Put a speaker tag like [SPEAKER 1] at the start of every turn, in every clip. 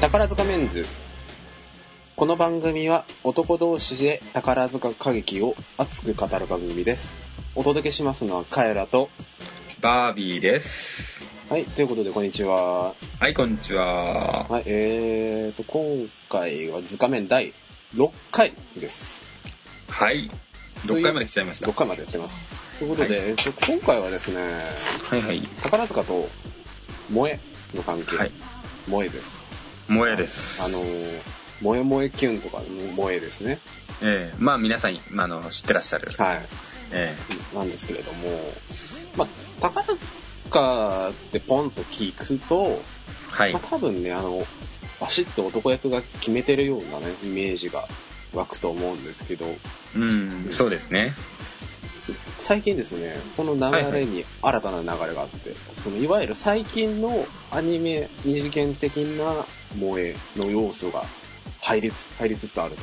[SPEAKER 1] 宝塚メンズ。この番組は男同士で宝塚歌劇を熱く語る番組です。お届けしますのはカエラと。
[SPEAKER 2] バービーです。
[SPEAKER 1] はい、ということでこんにちは。
[SPEAKER 2] はい、こんにちは。
[SPEAKER 1] はい、えーと、今回は図面第6回です。
[SPEAKER 2] はい。6回まで来ちゃいました。
[SPEAKER 1] 6
[SPEAKER 2] は
[SPEAKER 1] 回までやってます。ということで、えーと今回はですね、
[SPEAKER 2] いはい。
[SPEAKER 1] 宝塚と萌えの関係。
[SPEAKER 2] はい。
[SPEAKER 1] 萌えです。
[SPEAKER 2] 萌えです。
[SPEAKER 1] あのー、萌え萌えキュンとかの萌えですね。
[SPEAKER 2] ええまあ皆さん、まああの、知ってらっしゃる。
[SPEAKER 1] はい。
[SPEAKER 2] え
[SPEAKER 1] なんですけれども、まあ、宝塚ってポンと聞くと、
[SPEAKER 2] えはい
[SPEAKER 1] まあ、。多分ね、あの、バシッと男役が決めてるようなね、イメージが湧くと思うんですけど、
[SPEAKER 2] うん、そうですね。
[SPEAKER 1] 最近ですね、この流れに新たな流れがあって、そのいわゆる最近のアニメ二次元的な萌えの要素が入りつ入りつつあると。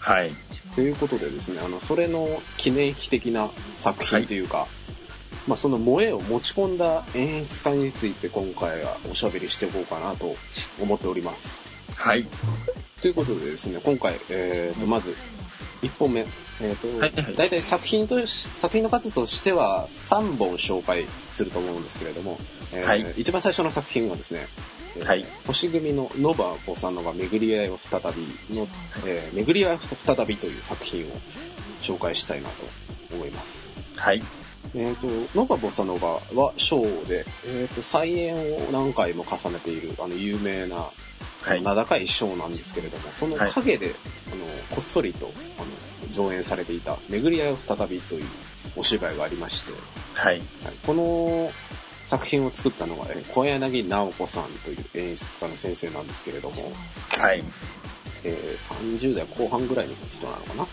[SPEAKER 2] はい。
[SPEAKER 1] ということでですね、あの、それの記念碑的な作
[SPEAKER 2] は
[SPEAKER 1] 品
[SPEAKER 2] い
[SPEAKER 1] というか、まあ、その萌えを持ち込んだ演出家について今回はおしゃべりしていこうかなと思っております。
[SPEAKER 2] はい。
[SPEAKER 1] ということでですね、今回、えー、と、まず、1本目。えっ、と、
[SPEAKER 2] はいはい
[SPEAKER 1] 大体作品とし、作品の数としては3本紹介すると思うんですけれども、えー
[SPEAKER 2] はい
[SPEAKER 1] 一番最初の作品はですね、えー
[SPEAKER 2] はい
[SPEAKER 1] 星組のノバボサノバ巡り合いを再びの、えー巡り合いを再びという作品を紹介したいなと思います。
[SPEAKER 2] はい。
[SPEAKER 1] えっ、と、ノバボサノバはショーで、えっ、と、再演を何回も重ねている、あの、有名な、
[SPEAKER 2] はい
[SPEAKER 1] 名高いショーなんですけれども、その陰で、あの、こっそりと、あの、上演されていた、巡り合いを再びというお芝居がありまして、
[SPEAKER 2] は
[SPEAKER 1] は
[SPEAKER 2] い。
[SPEAKER 1] いこの作品を作ったのが、えー小柳直子さんという演出家の先生なんですけれども、
[SPEAKER 2] はい。
[SPEAKER 1] えー30代後半ぐらいの人なのかな。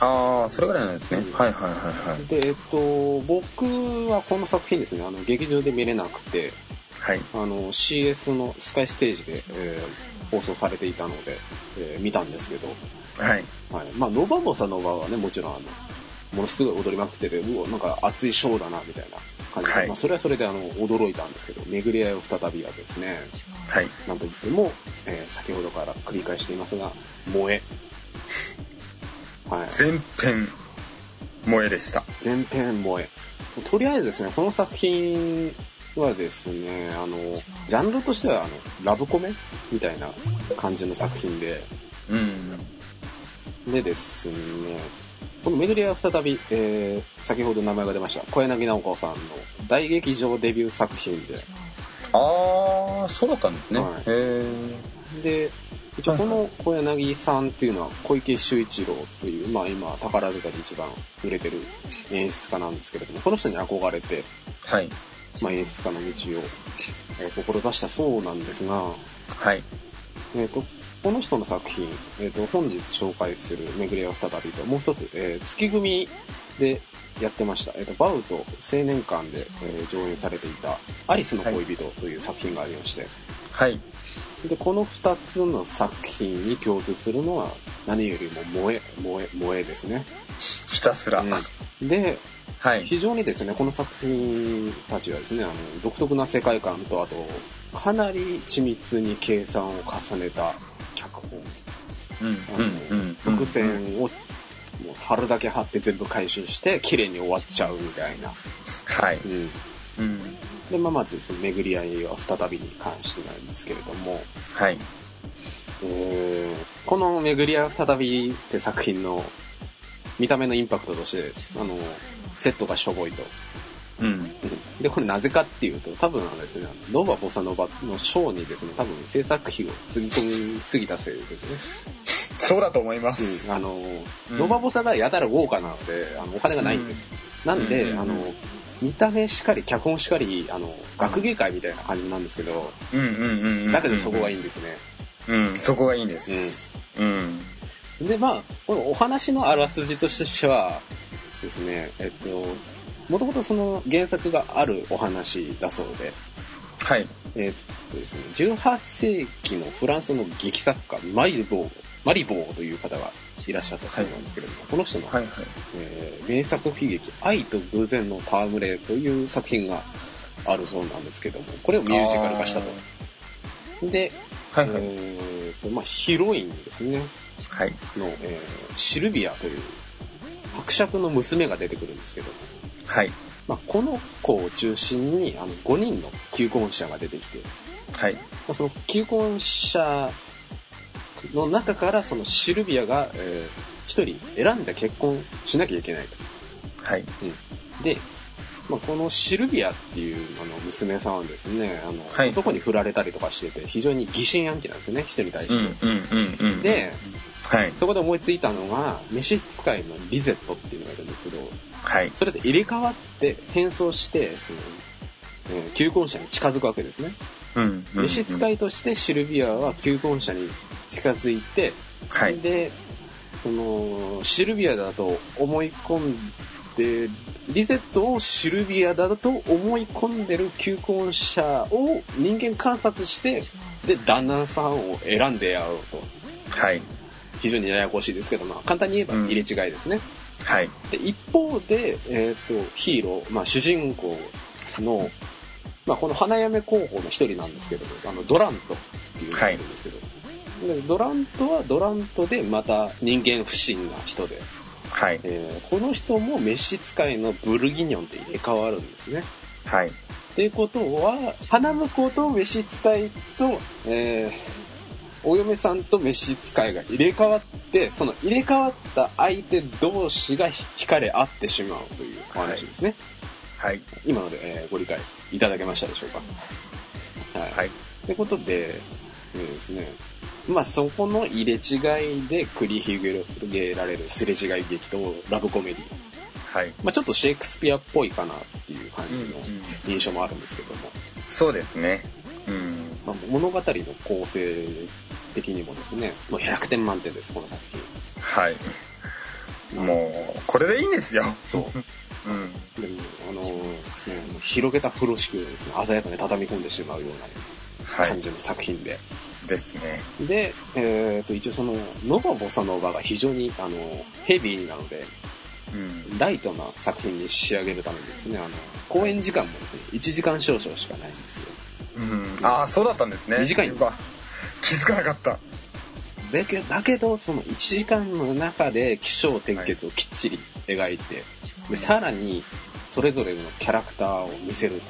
[SPEAKER 2] ああ、それぐらいなんですね。
[SPEAKER 1] うん
[SPEAKER 2] はいはいはいはい。
[SPEAKER 1] で、えっと、僕はこの作品ですね、あの、劇場で見れなくて、
[SPEAKER 2] はい。
[SPEAKER 1] あの、CS のスカイステージで、えー放送されていたので、えー見たんですけど、
[SPEAKER 2] はい。
[SPEAKER 1] はい。まあ、ノバボサノバはね、もちろん、あの、ものすごい踊りまくってて、うわ、なんか熱いショーだな、みたいな感じで、
[SPEAKER 2] はい
[SPEAKER 1] まあ、それはそれで、あの、驚いたんですけど、巡り合いを再びはですね、
[SPEAKER 2] はい。
[SPEAKER 1] なんといっても、えー先ほどから繰り返していますが、萌え。はい。
[SPEAKER 2] 全編、萌えでした。
[SPEAKER 1] 全編萌え。とりあえずですね、この作品はですね、あの、ジャンルとしては、あの、ラブコメみたいな感じの作品で、
[SPEAKER 2] うん。
[SPEAKER 1] でですね、この巡り合いは再び、えー、先ほど名前が出ました、小柳直子さんの大劇場デビュー作品で、
[SPEAKER 2] ああ、そうだったんですね。
[SPEAKER 1] はい
[SPEAKER 2] え
[SPEAKER 1] で、一応
[SPEAKER 2] はい
[SPEAKER 1] こ
[SPEAKER 2] はい
[SPEAKER 1] の小柳さんっていうのは小池秀一郎という、まあ今宝塚で一番売れてる演出家なんですけれども、この人に憧れて、
[SPEAKER 2] はい。
[SPEAKER 1] まあ、演出家の道を、えー志したそうなんですが、
[SPEAKER 2] はい。
[SPEAKER 1] えー、とこの人の作品、えー、と本日紹介する「めぐれを再び」ともう一つ、えー月組でやってました、えー、とバウと青年館で、えー上演されていた「アリスの恋人」という作品がありまして、
[SPEAKER 2] はい。
[SPEAKER 1] でこの二つの作品に共通するのは何よりも萌え萌え萌えですね、
[SPEAKER 2] ひたすら。
[SPEAKER 1] で
[SPEAKER 2] はい。
[SPEAKER 1] 非常にですね、この作品たちはですね、あの、独特な世界観と、あと、かなり緻密に計算を重ねた脚本、
[SPEAKER 2] うん
[SPEAKER 1] あの伏線をもう貼るだけ貼って全部回収して、綺麗に終わっちゃうみたいな。
[SPEAKER 2] はい、
[SPEAKER 1] うん。
[SPEAKER 2] うん、
[SPEAKER 1] で、まあ、まず、その巡り合いは再びに関してなんですけれども、
[SPEAKER 2] はい
[SPEAKER 1] えーこの巡り合い再びって作品の見た目のインパクトとして、あの、セットがしょぼいと。
[SPEAKER 2] うん
[SPEAKER 1] で、これなぜかっていうと、多分あのですね、ノバボサノバのショーにですね、多分制作費をつぎ込みすぎたせいです
[SPEAKER 2] そうだと思いま
[SPEAKER 1] ね。
[SPEAKER 2] す、
[SPEAKER 1] うん、あの、
[SPEAKER 2] うん
[SPEAKER 1] ノバボサがやたら豪華なので、あのお金がないんです。なんで、
[SPEAKER 2] うん
[SPEAKER 1] あの、見た目しかり、脚本しかり、あの、学芸会みたいな感じなんですけど、
[SPEAKER 2] うん、うんうんうんうん
[SPEAKER 1] だけどそこがいい
[SPEAKER 2] い
[SPEAKER 1] んですね。
[SPEAKER 2] うんそこがいいんですうん
[SPEAKER 1] で、まあ、このお話のあらすじとしてはですね、えっと、もともとその原作があるお話だそうで、
[SPEAKER 2] はい
[SPEAKER 1] えっとですね、18世紀のフランスの劇作家、マリボー、マリボーという方がいらっしゃったそうなんですけれども、この人の、
[SPEAKER 2] はいはい
[SPEAKER 1] えー名作喜劇、愛と偶然の戯れという作品があるそうなんですけども、これをミュージカル化したと。で、
[SPEAKER 2] はいはい。
[SPEAKER 1] えーとまあ、ヒロインですね、
[SPEAKER 2] はい。
[SPEAKER 1] の、えーシルビアという伯爵の娘が出てくるんですけど、
[SPEAKER 2] はい。
[SPEAKER 1] まあ、この子を中心にあの5人の求婚者が出てきて、ま
[SPEAKER 2] はい。
[SPEAKER 1] あ、その求婚者の中からそのシルビアが、え1人選んで結婚しなきゃいけないと。
[SPEAKER 2] はい。
[SPEAKER 1] で、まあ、このシルビアっていうあの娘さんはですね、あの
[SPEAKER 2] はい
[SPEAKER 1] 男に振られたりとかしてて、非常に疑心暗鬼なんですよね、人に対して。
[SPEAKER 2] うんうんうんうん。
[SPEAKER 1] で、
[SPEAKER 2] はい。
[SPEAKER 1] そこで思いついたのが、召使いのリゼットっていうのがいるんですけど、
[SPEAKER 2] はい。
[SPEAKER 1] それで入れ替わって変装して、そのえー求婚者に近づくわけですね。
[SPEAKER 2] うん。うん
[SPEAKER 1] 召使。いとしてシルビアは求婚者に近づいて、
[SPEAKER 2] はい。
[SPEAKER 1] で、その、シルビアだと思い込んで、リゼットをシルビアだと思い込んでる求婚者を人間観察して、で、旦那さんを選んでやろうと。
[SPEAKER 2] はい。
[SPEAKER 1] 非常にややこしいですけど、まあ、簡単に言えば入れ違いですね。
[SPEAKER 2] はい。
[SPEAKER 1] で、一方で、えっ、と、ヒーロー、まあ、主人公の、まあ、この花嫁候補の一人なんですけども、あの、ドラントっていうのがいるんですけど、でドラントはドラントで、また人間不信な人で、
[SPEAKER 2] はい。
[SPEAKER 1] えーこの人も召使いのブルギニョンって入れ替わるんですね。
[SPEAKER 2] はい。
[SPEAKER 1] っていうことは、花婿と召使いと、えーお嫁さんと召使いが入れ替わって、その入れ替わった相手同士が惹かれ合ってしまうというお話ですね。
[SPEAKER 2] はい。
[SPEAKER 1] 今ので、えーご理解いただけましたでしょうか。はい。
[SPEAKER 2] はい。
[SPEAKER 1] ってことで、えーですね、まあそこの入れ違いで繰り広げられるすれ違い劇とラブコメディ。
[SPEAKER 2] はい。
[SPEAKER 1] まあちょっとシェイクスピアっぽいかなっていう感じの
[SPEAKER 2] うんうん
[SPEAKER 1] 印象もあるんですけども。
[SPEAKER 2] そうですね。うん。
[SPEAKER 1] まあ、物語の構成的にもですね、もう100点満点です、この作
[SPEAKER 2] はい。
[SPEAKER 1] 品。
[SPEAKER 2] もう、これでいいんですよ。
[SPEAKER 1] そう。
[SPEAKER 2] うん。
[SPEAKER 1] でも、あのですね、もう広げた風呂敷をですね、鮮やかに畳み込んでしまうような
[SPEAKER 2] は
[SPEAKER 1] 感
[SPEAKER 2] い。
[SPEAKER 1] じの作品で。
[SPEAKER 2] ですね。
[SPEAKER 1] で、えっ、と、一応その、ノバボサノバが非常に、あの、ヘビーなので、
[SPEAKER 2] うん。
[SPEAKER 1] ライトな作品に仕上げるためにですね、あの、公演時間もですね、1時間少々しかないんですよ。
[SPEAKER 2] うん、ああ、そうだったんですね。
[SPEAKER 1] 短いんです
[SPEAKER 2] よか気づかなかった。
[SPEAKER 1] だけだけど、その1時間の中で起承転結をきっちり描いて、でさらにそれぞれのキャラクターを見せる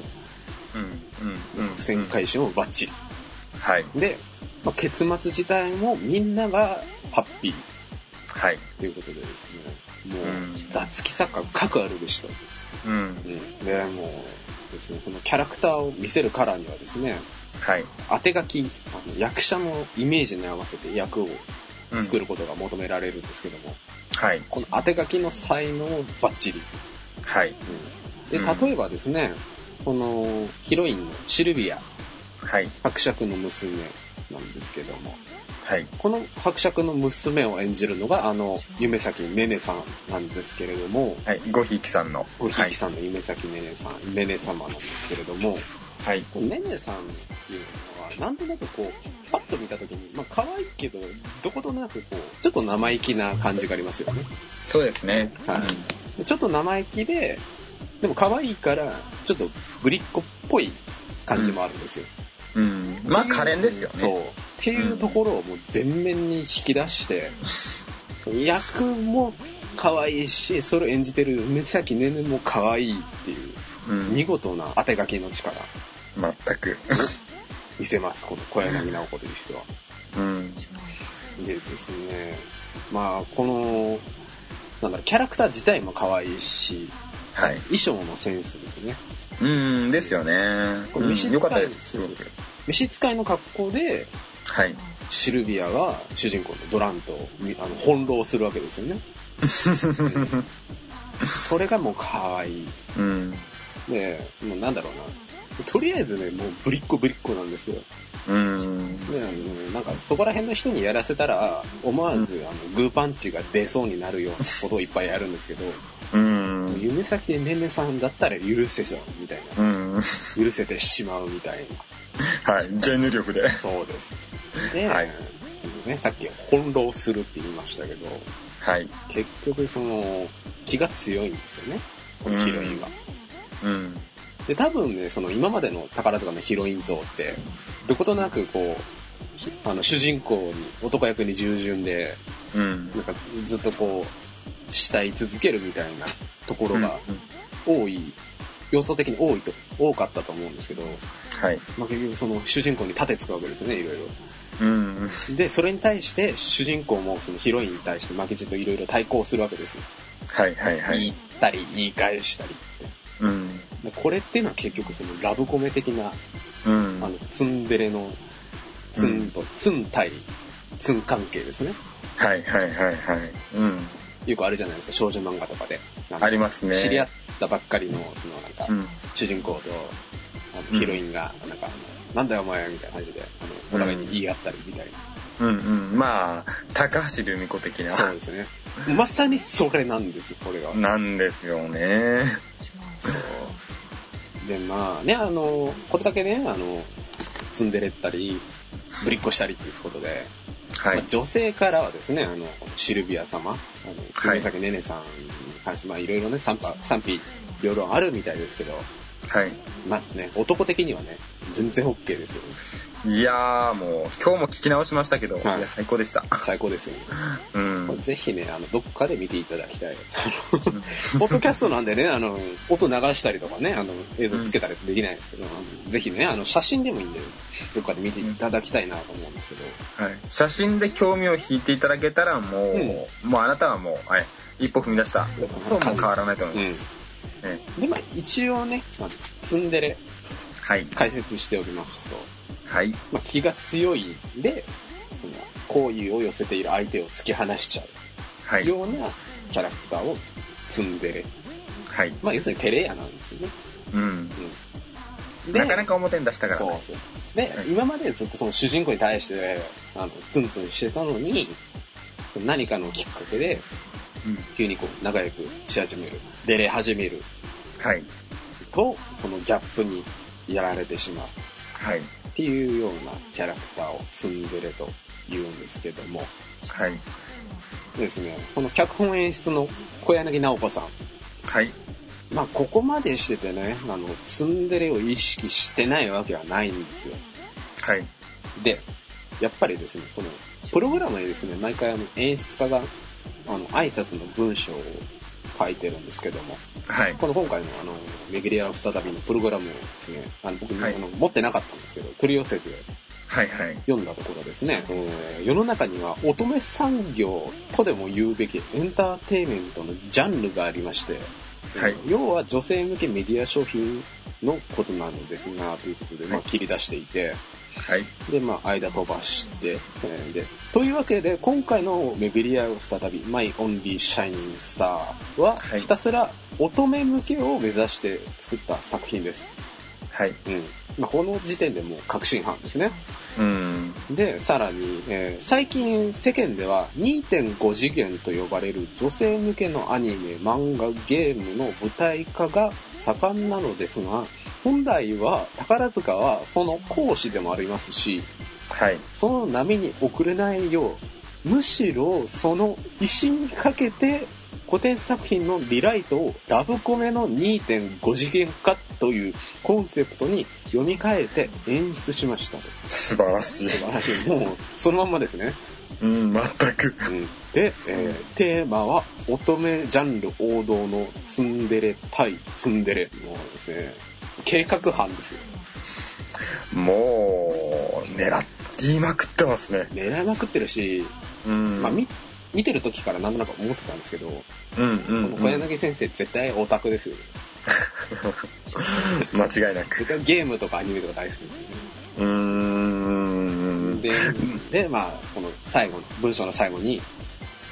[SPEAKER 2] うん。
[SPEAKER 1] と。伏線回収もバッチリ。
[SPEAKER 2] はい。
[SPEAKER 1] で、まあ、結末自体もみんながハッピー
[SPEAKER 2] はい。
[SPEAKER 1] ということでですね、もう
[SPEAKER 2] うん
[SPEAKER 1] 雑記作家各あるべしと。
[SPEAKER 2] うん。
[SPEAKER 1] うんで、もうですね、そのキャラクターを見せるからにはですね、
[SPEAKER 2] はい。
[SPEAKER 1] 当て書き、あの役者のイメージに合わせて役を
[SPEAKER 2] うん
[SPEAKER 1] 作る。ことが求められるんですけども、
[SPEAKER 2] はい。
[SPEAKER 1] この当て書きの才能をバッチリ。
[SPEAKER 2] はい。
[SPEAKER 1] で、
[SPEAKER 2] うん
[SPEAKER 1] 例えばですね、このヒロインのシルビア、
[SPEAKER 2] はい。
[SPEAKER 1] 伯爵の娘なんですけども、
[SPEAKER 2] はい。
[SPEAKER 1] この伯爵の娘を演じるのが、あの、夢咲ねねさんなんですけれども、
[SPEAKER 2] はい。ごひいきさんの。
[SPEAKER 1] ごひいきさんの夢咲ねねさん、ねね様なんですけれども、
[SPEAKER 2] はい。
[SPEAKER 1] こうねねさんっていうのは、なんとなくこう、パッと見たときに、まあ可愛いけど、どことなくこう、ちょっと生意気な感じがありますよね。
[SPEAKER 2] そうですね。
[SPEAKER 1] はいでちょっと生意気で、でも可愛いから、ちょっとぶりっ子っぽい感じもあるんですよ。
[SPEAKER 2] うん。うんまあ、可憐ですよね。
[SPEAKER 1] そう。っていうところをもう全面に引き出して、役も可愛いし、それを演じてる梅崎ねねも可愛いっていう、
[SPEAKER 2] う。ん
[SPEAKER 1] 見。事な当て書きの力
[SPEAKER 2] 全く。
[SPEAKER 1] 見せます、この小柳直子という人は。
[SPEAKER 2] うん。
[SPEAKER 1] でですね、まあ、この、なんだろう、キャラクター自体も可愛いし、
[SPEAKER 2] はい。
[SPEAKER 1] 衣装のセンスですね。
[SPEAKER 2] うん。ですよね。
[SPEAKER 1] これ
[SPEAKER 2] うん
[SPEAKER 1] 召使い
[SPEAKER 2] よかったです。すごく。
[SPEAKER 1] 召使いの格好で、
[SPEAKER 2] はい。
[SPEAKER 1] シルビアが主人公のドラントをみあの翻弄するわけですよ ね。それがもう可愛い。
[SPEAKER 2] うん。
[SPEAKER 1] で、もうなんだろうな。とりあえずね、もうぶりっこぶりっこなんですよ。
[SPEAKER 2] うん。
[SPEAKER 1] で、あのなんかそこら辺の人にやらせたら、思わずあのグーパンチが出そうになるようなことをいっぱいやるんですけど、
[SPEAKER 2] うん。
[SPEAKER 1] 夢先ねねさんだったら許せちゃうみたいな。
[SPEAKER 2] うん。は
[SPEAKER 1] 許せてしまうみたいな。
[SPEAKER 2] い。ジェヌ力で。
[SPEAKER 1] そうです。で、
[SPEAKER 2] はい
[SPEAKER 1] ね、さっき翻弄するって言いましたけど、
[SPEAKER 2] はい。
[SPEAKER 1] 結局その気が強いんですよねこのヒロインが、
[SPEAKER 2] うん。
[SPEAKER 1] で多分ねその今までの宝塚のヒロイン像ってどことなくこうひあの主人公に、男役に従順で、
[SPEAKER 2] うん
[SPEAKER 1] なんかずっとこう、慕い続けるみたいなところが多い、要素的に多いと、多かったと思うんですけど、
[SPEAKER 2] はい
[SPEAKER 1] まあ、結局その主人公に盾つくわけですよね、いろいろ。
[SPEAKER 2] うん
[SPEAKER 1] で、それに対して主人公もそのヒロインに対して負けじといろいろ対抗するわけですよ。
[SPEAKER 2] はいはいは
[SPEAKER 1] 言
[SPEAKER 2] い
[SPEAKER 1] ったり、言い返したり。
[SPEAKER 2] うん
[SPEAKER 1] でこれっていうのは結局そのラブコメ的な、
[SPEAKER 2] う
[SPEAKER 1] あ
[SPEAKER 2] ん
[SPEAKER 1] の、ツンデレの、ツンと、ツン対、ツン関係ですね。
[SPEAKER 2] はいはいはいはいうん
[SPEAKER 1] よくあるじゃないですか、少女漫画とかで。なんか
[SPEAKER 2] ありますね
[SPEAKER 1] 知り合ったばっかりの、そのなんか、
[SPEAKER 2] うん
[SPEAKER 1] 主人公と、あ
[SPEAKER 2] う
[SPEAKER 1] の
[SPEAKER 2] ん
[SPEAKER 1] ヒロインが、なんか、なんだよお前みたいな感じで、あの、お互いに言い合ったりみたいな。
[SPEAKER 2] うんうんまあ高橋留美子的な
[SPEAKER 1] そうですね。まさにそれなんですよ、これが。
[SPEAKER 2] なんですよね
[SPEAKER 1] で、まあね、あの、これだけね、あの、ツンデレったり、ぶりっこしたりっていうことで、
[SPEAKER 2] は
[SPEAKER 1] ま
[SPEAKER 2] い
[SPEAKER 1] あ女性からはですね、あの、シルビア様、あの、
[SPEAKER 2] はい
[SPEAKER 1] 梅崎ねねさんに関して、まあいろいろね、賛否、賛否、いろいろあるみたいですけど、
[SPEAKER 2] はい
[SPEAKER 1] まあね、男的にはね、全然 OK ですよ。
[SPEAKER 2] いやーもう今日も聞き直しましたけど、
[SPEAKER 1] はい
[SPEAKER 2] い、や最高でした
[SPEAKER 1] 最高ですよね。
[SPEAKER 2] う
[SPEAKER 1] これ
[SPEAKER 2] ん
[SPEAKER 1] ぜひね、あの、どっかで見ていただきたい。 あのポッドキャストなんでね、あの、音流したりとかね、あの、映像つけたりできないんですけど、あのぜひね、あの、写真でもいいんで、どっかで見ていただきたいなと思うんですけど、
[SPEAKER 2] はい、写真で興味を引いていただけたらもう、
[SPEAKER 1] うん
[SPEAKER 2] もうあなたはもう、はい、一歩踏み出したことはもう変わらないと思
[SPEAKER 1] う
[SPEAKER 2] いま
[SPEAKER 1] ん。
[SPEAKER 2] す、ね
[SPEAKER 1] で、まあ、一応ね、まあ、ツンデレ
[SPEAKER 2] はい
[SPEAKER 1] 解説しておきますと、
[SPEAKER 2] はい
[SPEAKER 1] まあ、気が強いんで、その、好意を寄せている相手を突き放しちゃ
[SPEAKER 2] は
[SPEAKER 1] う
[SPEAKER 2] い
[SPEAKER 1] ようなキャラクターをツンデレ。
[SPEAKER 2] はい
[SPEAKER 1] まあ、要するにテレヤなんですよね。
[SPEAKER 2] うん
[SPEAKER 1] うん。
[SPEAKER 2] なかなか表に出したから
[SPEAKER 1] そう
[SPEAKER 2] ね
[SPEAKER 1] そう。で、
[SPEAKER 2] はい
[SPEAKER 1] 今までずっとその主人公に対して、あの、ツンツンしてたのに、何かのきっかけで、
[SPEAKER 2] うん
[SPEAKER 1] 急にこう、仲良くし始める、出れ始める
[SPEAKER 2] はい
[SPEAKER 1] と、このギャップにやられてしまう
[SPEAKER 2] はい
[SPEAKER 1] っていうようなキャラクターをツンデレと言うんですけども、
[SPEAKER 2] はい
[SPEAKER 1] ですね、この脚本演出の小柳直子さん。
[SPEAKER 2] はい
[SPEAKER 1] まあ、ここまでしててね、あの、ツンデレを意識してないわけはないんですよ。
[SPEAKER 2] はい
[SPEAKER 1] で、やっぱりですね、この、プログラムにですね、毎回あの演出家が、あの、挨拶の文章を書いてるんですけども、
[SPEAKER 2] はい
[SPEAKER 1] この今回のあの、巡り合う再びのプログラムをですね、あの、僕、
[SPEAKER 2] はい
[SPEAKER 1] あの持ってなかったんですけど、取り寄せて
[SPEAKER 2] はいはい
[SPEAKER 1] 読んだところですね、えー世の中には乙女産業とでも言うべきエンターテインメントのジャンルがありまして、
[SPEAKER 2] はい
[SPEAKER 1] 要は女性向けメディア商品のことなのですが、ということで、まあ、
[SPEAKER 2] はい
[SPEAKER 1] 切り出していて、
[SPEAKER 2] はい
[SPEAKER 1] で、まあ、間飛ばして、えーで、というわけで、今回の巡り合う再び、マイ・オンリー・シャイニング・スターは、
[SPEAKER 2] はい
[SPEAKER 1] ひたすら乙女向けを目指して作った作品です。
[SPEAKER 2] はい
[SPEAKER 1] うん。まあ、この時点でもう確信犯ですね。
[SPEAKER 2] うん
[SPEAKER 1] で、さらに、えー最近世間では2.5次元と呼ばれる女性向けのアニメ、漫画、ゲームの舞台化が盛んなのですが、本来は宝塚はその講師でもありますし、
[SPEAKER 2] はい
[SPEAKER 1] その波に遅れないよう、むしろその意思にかけて古典作品のリライトをラブコメの2.5次元化というコンセプトに読み替えて演出しましたと。
[SPEAKER 2] 素晴らしい
[SPEAKER 1] 素晴らしい。もうそのまんまですね。
[SPEAKER 2] うん全く
[SPEAKER 1] うんで、えーテーマは乙女ジャンル王道のツンデレ対ツンデレのですね、計画犯ですよ。
[SPEAKER 2] もう狙って言いまくってますね
[SPEAKER 1] 狙いまくってるし、
[SPEAKER 2] うん
[SPEAKER 1] まあ、み見てる時からなんとなく思ってたんですけど、
[SPEAKER 2] うんうんうん
[SPEAKER 1] この小柳先生絶対オタクですよ。
[SPEAKER 2] 間違いなく
[SPEAKER 1] 絶対ゲームとかアニメとか大好き
[SPEAKER 2] うーん
[SPEAKER 1] ですよね。で、で、まあ、この最後の、文章の最後に、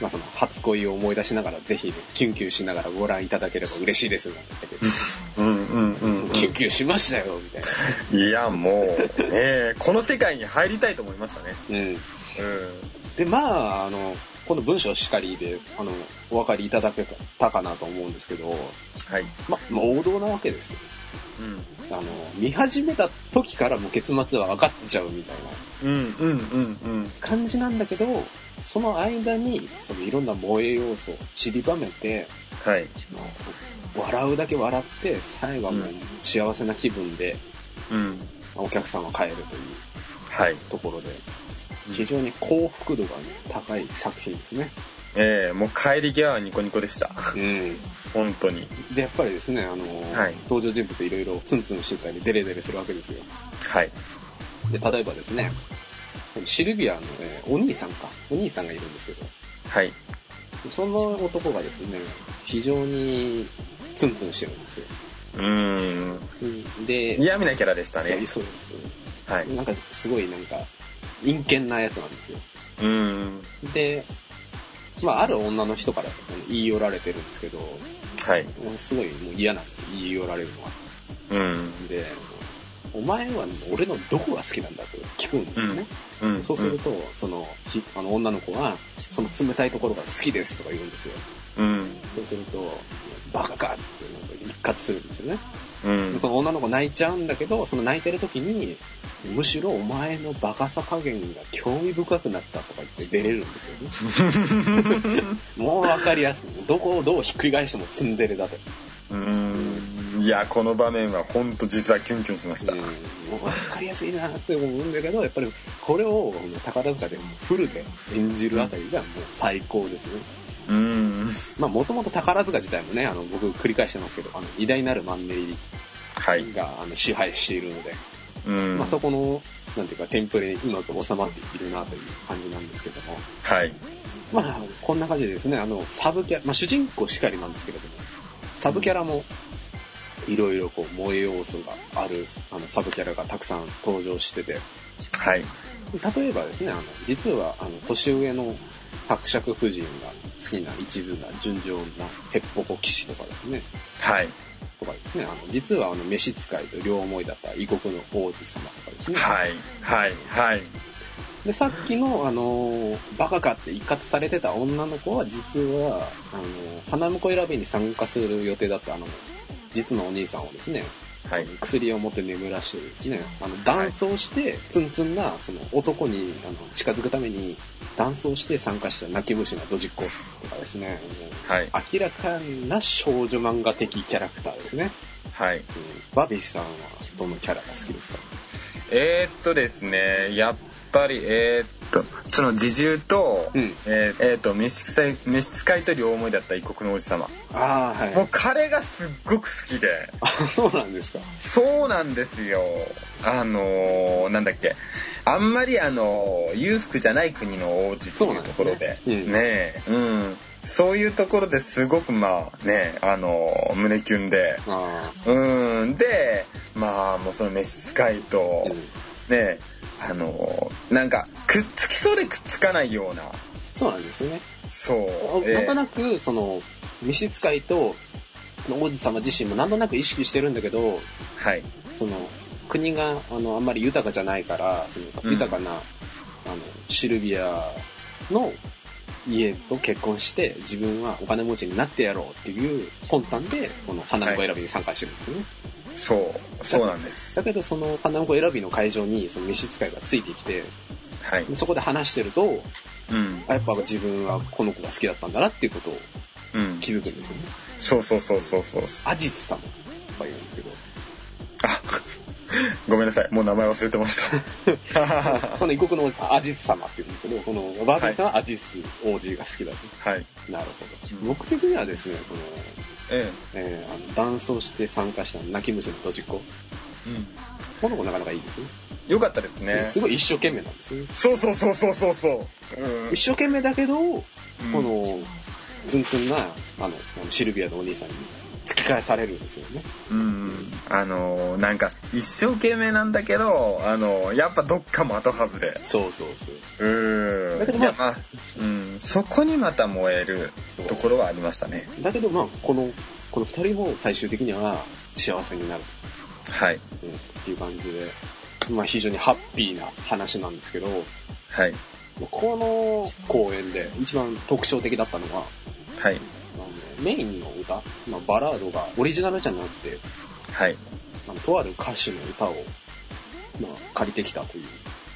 [SPEAKER 1] まあその初恋を思い出しながら、ぜひ、ね、キュンキュンしながらご覧いただければ嬉しいですなんて言って
[SPEAKER 2] うんうんうん
[SPEAKER 1] キュンキュンしましたよ、みたいな。
[SPEAKER 2] うんいやもうねこの世界に入りたいと思いましたね
[SPEAKER 1] うん。
[SPEAKER 2] う
[SPEAKER 1] で、まあ、あの、この文章しかりで、あの、お分かりいただけたかなと思うんですけど、
[SPEAKER 2] んはい
[SPEAKER 1] ま、まあ、王道なわけですよ。
[SPEAKER 2] うん
[SPEAKER 1] あの、見始めた時からもう結末は分かっちゃうみたいな
[SPEAKER 2] うんうんうんうん
[SPEAKER 1] 感じなんだけど、その間に、そのいろんな萌え要素を散りばめて、
[SPEAKER 2] はい
[SPEAKER 1] まあ笑うだけ笑って、最後はもう幸せな気分で、
[SPEAKER 2] うん
[SPEAKER 1] お客さんは帰るという
[SPEAKER 2] はい
[SPEAKER 1] ところで、
[SPEAKER 2] うん
[SPEAKER 1] 非常に幸福度が、ね、高い作品ですね。
[SPEAKER 2] ええもう帰り際はニコニコでした。
[SPEAKER 1] うん。
[SPEAKER 2] 本当に。
[SPEAKER 1] で、やっぱりですね、あのー
[SPEAKER 2] はい
[SPEAKER 1] 登場人物いろいろツンツンしてたり、デレデレするわけですよ。
[SPEAKER 2] はい。
[SPEAKER 1] で、例えばですね、シルビアの、えーお兄さんか、お兄さんがいるんですけど、
[SPEAKER 2] はい。
[SPEAKER 1] その男がですね、非常にツンツンしてるんですよ。
[SPEAKER 2] うーん。
[SPEAKER 1] で、
[SPEAKER 2] 嫌味なキャラでしたね。
[SPEAKER 1] そうそうですよ、
[SPEAKER 2] はい。う
[SPEAKER 1] なんかすごいなんか、陰険なやつなんですよ。
[SPEAKER 2] ーん。
[SPEAKER 1] で、まあ、ある女の人から言い寄られてるんですけど、
[SPEAKER 2] はい。
[SPEAKER 1] もうすごいもう嫌なんです、言い寄られるのは。
[SPEAKER 2] うん。
[SPEAKER 1] で、お前は俺のどこが好きなんだと聞くんですよね。
[SPEAKER 2] うん。
[SPEAKER 1] そうすると、その、ひあの女の子は、その冷たいところが好きですとか言うんですよ。
[SPEAKER 2] うん。
[SPEAKER 1] そうすると、バカってなんか一括するんですよね。
[SPEAKER 2] うん。
[SPEAKER 1] その女の子泣いちゃうんだけど、その泣いてる時に、むしろお前のバカさ加減が興味深くなったとか言って出れるんですよね。もうわかりやすい。どこをどうひっくり返してもツンデレだと。
[SPEAKER 2] うーん。いや、この場面は本当実はキュンキュンしました。
[SPEAKER 1] うんもうわかりやすいなって思うんだけど、やっぱりこれを宝塚でもフルで演じるあたりがもう最高ですね。
[SPEAKER 2] うーん。
[SPEAKER 1] まあもともと宝塚自体もね、あの僕繰り返してますけど、あの偉大なるマンネリ
[SPEAKER 2] はい。
[SPEAKER 1] があの支配しているので、
[SPEAKER 2] うん
[SPEAKER 1] まあ。そこの、なんていうかテンプレにうまく収まっているなという感じなんですけども、
[SPEAKER 2] はい。
[SPEAKER 1] まあこんな感じでですね、あのサブキャラ、まあ主人公しかりなんですけれども、サブキャラもいろいろこう萌え要素があるあのサブキャラがたくさん登場してて、
[SPEAKER 2] はい。
[SPEAKER 1] 例えばですね、あの、実は、あの、年上の伯爵夫人が好きな一途な純情なヘッポコ騎士とかですね、
[SPEAKER 2] はい。
[SPEAKER 1] とかですね、あの、実はあの、召使いと両思いだった異国の王子様とかですね。
[SPEAKER 2] はい。はい。はい。
[SPEAKER 1] で、さっきの、あの、バカかって一括されてた女の子は、実は、あの、花婿選びに参加する予定だった、あの、実のお兄さんをですね、
[SPEAKER 2] はい。
[SPEAKER 1] 薬を持って眠らしてですね、あの、断層して、ツンツンな、その、男に、あの、近づくために、断層して参加した泣き虫なドジっ子とかですね、
[SPEAKER 2] はい。
[SPEAKER 1] もう明らかな少女漫画的キャラクターですね。
[SPEAKER 2] はい。
[SPEAKER 1] うんバビーさんは、どのキャラが好きですか
[SPEAKER 2] えー、っとですね、やっぱり、えー、っと、その自重と、
[SPEAKER 1] うん
[SPEAKER 2] えーえーっと、召使い、召使いと両思いだった異国の王子様。
[SPEAKER 1] ああ、は
[SPEAKER 2] もう
[SPEAKER 1] い。
[SPEAKER 2] 彼がすっごく好きで、
[SPEAKER 1] あ、そうなんですか。
[SPEAKER 2] そうなんですよ。あのー、なんだっけ。あんまりあのー、裕福じゃない国の王子っていうところで、
[SPEAKER 1] そうなんですねうん
[SPEAKER 2] ねえ、うん。そういうところですごくまあね、あのー、胸キュンで、
[SPEAKER 1] あ
[SPEAKER 2] うん。で、まあもうその召使い
[SPEAKER 1] あ、
[SPEAKER 2] と
[SPEAKER 1] うん、
[SPEAKER 2] ねえ、あのー、なんか、くっつきそうでくっつかないような、
[SPEAKER 1] そうなんですよね。
[SPEAKER 2] そう。ええ
[SPEAKER 1] なんとなく、その、召使いと、王子様自身もなんとなく意識してるんだけど、
[SPEAKER 2] はい。
[SPEAKER 1] その、国が、あの、あんまり豊かじゃないから、その、
[SPEAKER 2] うん
[SPEAKER 1] 豊かな、あの、シルビアの家と結婚して、自分はお金持ちになってやろうっていう魂胆で、この花婿選びに参加してるんですよね。
[SPEAKER 2] そう。そうなんです。
[SPEAKER 1] だけど、その花婿選びの会場に、その召使いがついてきて、
[SPEAKER 2] はい。
[SPEAKER 1] そこで話してると、
[SPEAKER 2] うん。
[SPEAKER 1] あやっぱ自分はこの子が好きだったんだなっていうことを
[SPEAKER 2] うん。
[SPEAKER 1] 気づくんですよね。
[SPEAKER 2] そうそうそうそうそう。
[SPEAKER 1] アジツ様とか言うんですけど、
[SPEAKER 2] あ、ごめんなさい。もう名前忘れてました。は
[SPEAKER 1] この異国の王子さん、アジツ様って言うんですけど、このバービーさんはアジツ王子が好きだと。
[SPEAKER 2] い。
[SPEAKER 1] なるほ
[SPEAKER 2] う
[SPEAKER 1] ど。
[SPEAKER 2] ん
[SPEAKER 1] 僕的にはですね、この、
[SPEAKER 2] え
[SPEAKER 1] えー、あの、断層して参加した泣き虫のドジっ子。
[SPEAKER 2] え。
[SPEAKER 1] この子なかなかいいですね。
[SPEAKER 2] よかったですね。
[SPEAKER 1] すごい一生懸命なんですね。
[SPEAKER 2] そうそうそうそうそうそう。うん
[SPEAKER 1] 一生懸命だけど、こ
[SPEAKER 2] うん
[SPEAKER 1] の、ツンツンな、あの、シルビアのお兄さんに突き返されるんですよね。
[SPEAKER 2] うん。あのー、なんか、一生懸命なんだけど、あのー、やっぱどっかも後外れ。
[SPEAKER 1] そうそう
[SPEAKER 2] う
[SPEAKER 1] だけど
[SPEAKER 2] ーん。
[SPEAKER 1] ま
[SPEAKER 2] い
[SPEAKER 1] あ
[SPEAKER 2] や、まあ、うん。そこにまた燃える
[SPEAKER 1] そう。
[SPEAKER 2] ところはありましたね。
[SPEAKER 1] だけど、まあ、この、この二人も最終的には幸せになる。
[SPEAKER 2] はい。
[SPEAKER 1] うんっていう感じで、まあ非常にハッピーな話なんですけど、
[SPEAKER 2] はい。
[SPEAKER 1] この公演で一番特徴的だったのが、
[SPEAKER 2] はい。
[SPEAKER 1] あのメインの歌、まあ、バラードがオリジナルじゃなくて、
[SPEAKER 2] はい。
[SPEAKER 1] あのとある歌手の歌を、まあ、借りてきたという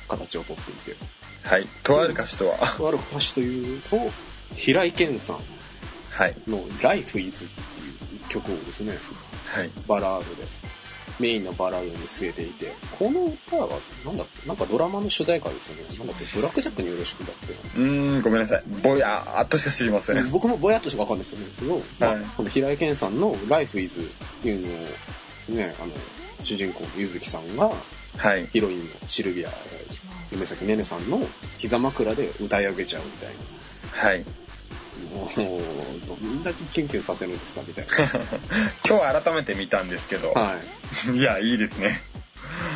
[SPEAKER 1] 形をとっていて、
[SPEAKER 2] はい。とある歌手とは。
[SPEAKER 1] とある歌手というと、平井堅さ
[SPEAKER 2] はい。
[SPEAKER 1] んの Life is っていう曲をですね、
[SPEAKER 2] はい。
[SPEAKER 1] バラードでメインのバラードに据えていて、この歌は、なんだっけ、なんかドラマの主題歌ですよね。なんだっけ、ブラックジャックによろしくだっ
[SPEAKER 2] うーん、ごめんなさい。ぼやーっとしか知りませ
[SPEAKER 1] て。
[SPEAKER 2] ん。
[SPEAKER 1] 僕もぼやっとしかわかんないですけど、
[SPEAKER 2] はい
[SPEAKER 1] まあ、この平井堅さんの Life is っていうのをですね、あの、主人公のゆずきさんが、
[SPEAKER 2] はい。
[SPEAKER 1] ヒロインのシルビア、えー夢咲ねねさんの膝枕で歌い上げちゃうみたいな。
[SPEAKER 2] はい。
[SPEAKER 1] もう、どんだけキュンキュンさせるんですかみたい
[SPEAKER 2] 今日改めて見たんですけど
[SPEAKER 1] な。、はい。
[SPEAKER 2] いや、いいですね。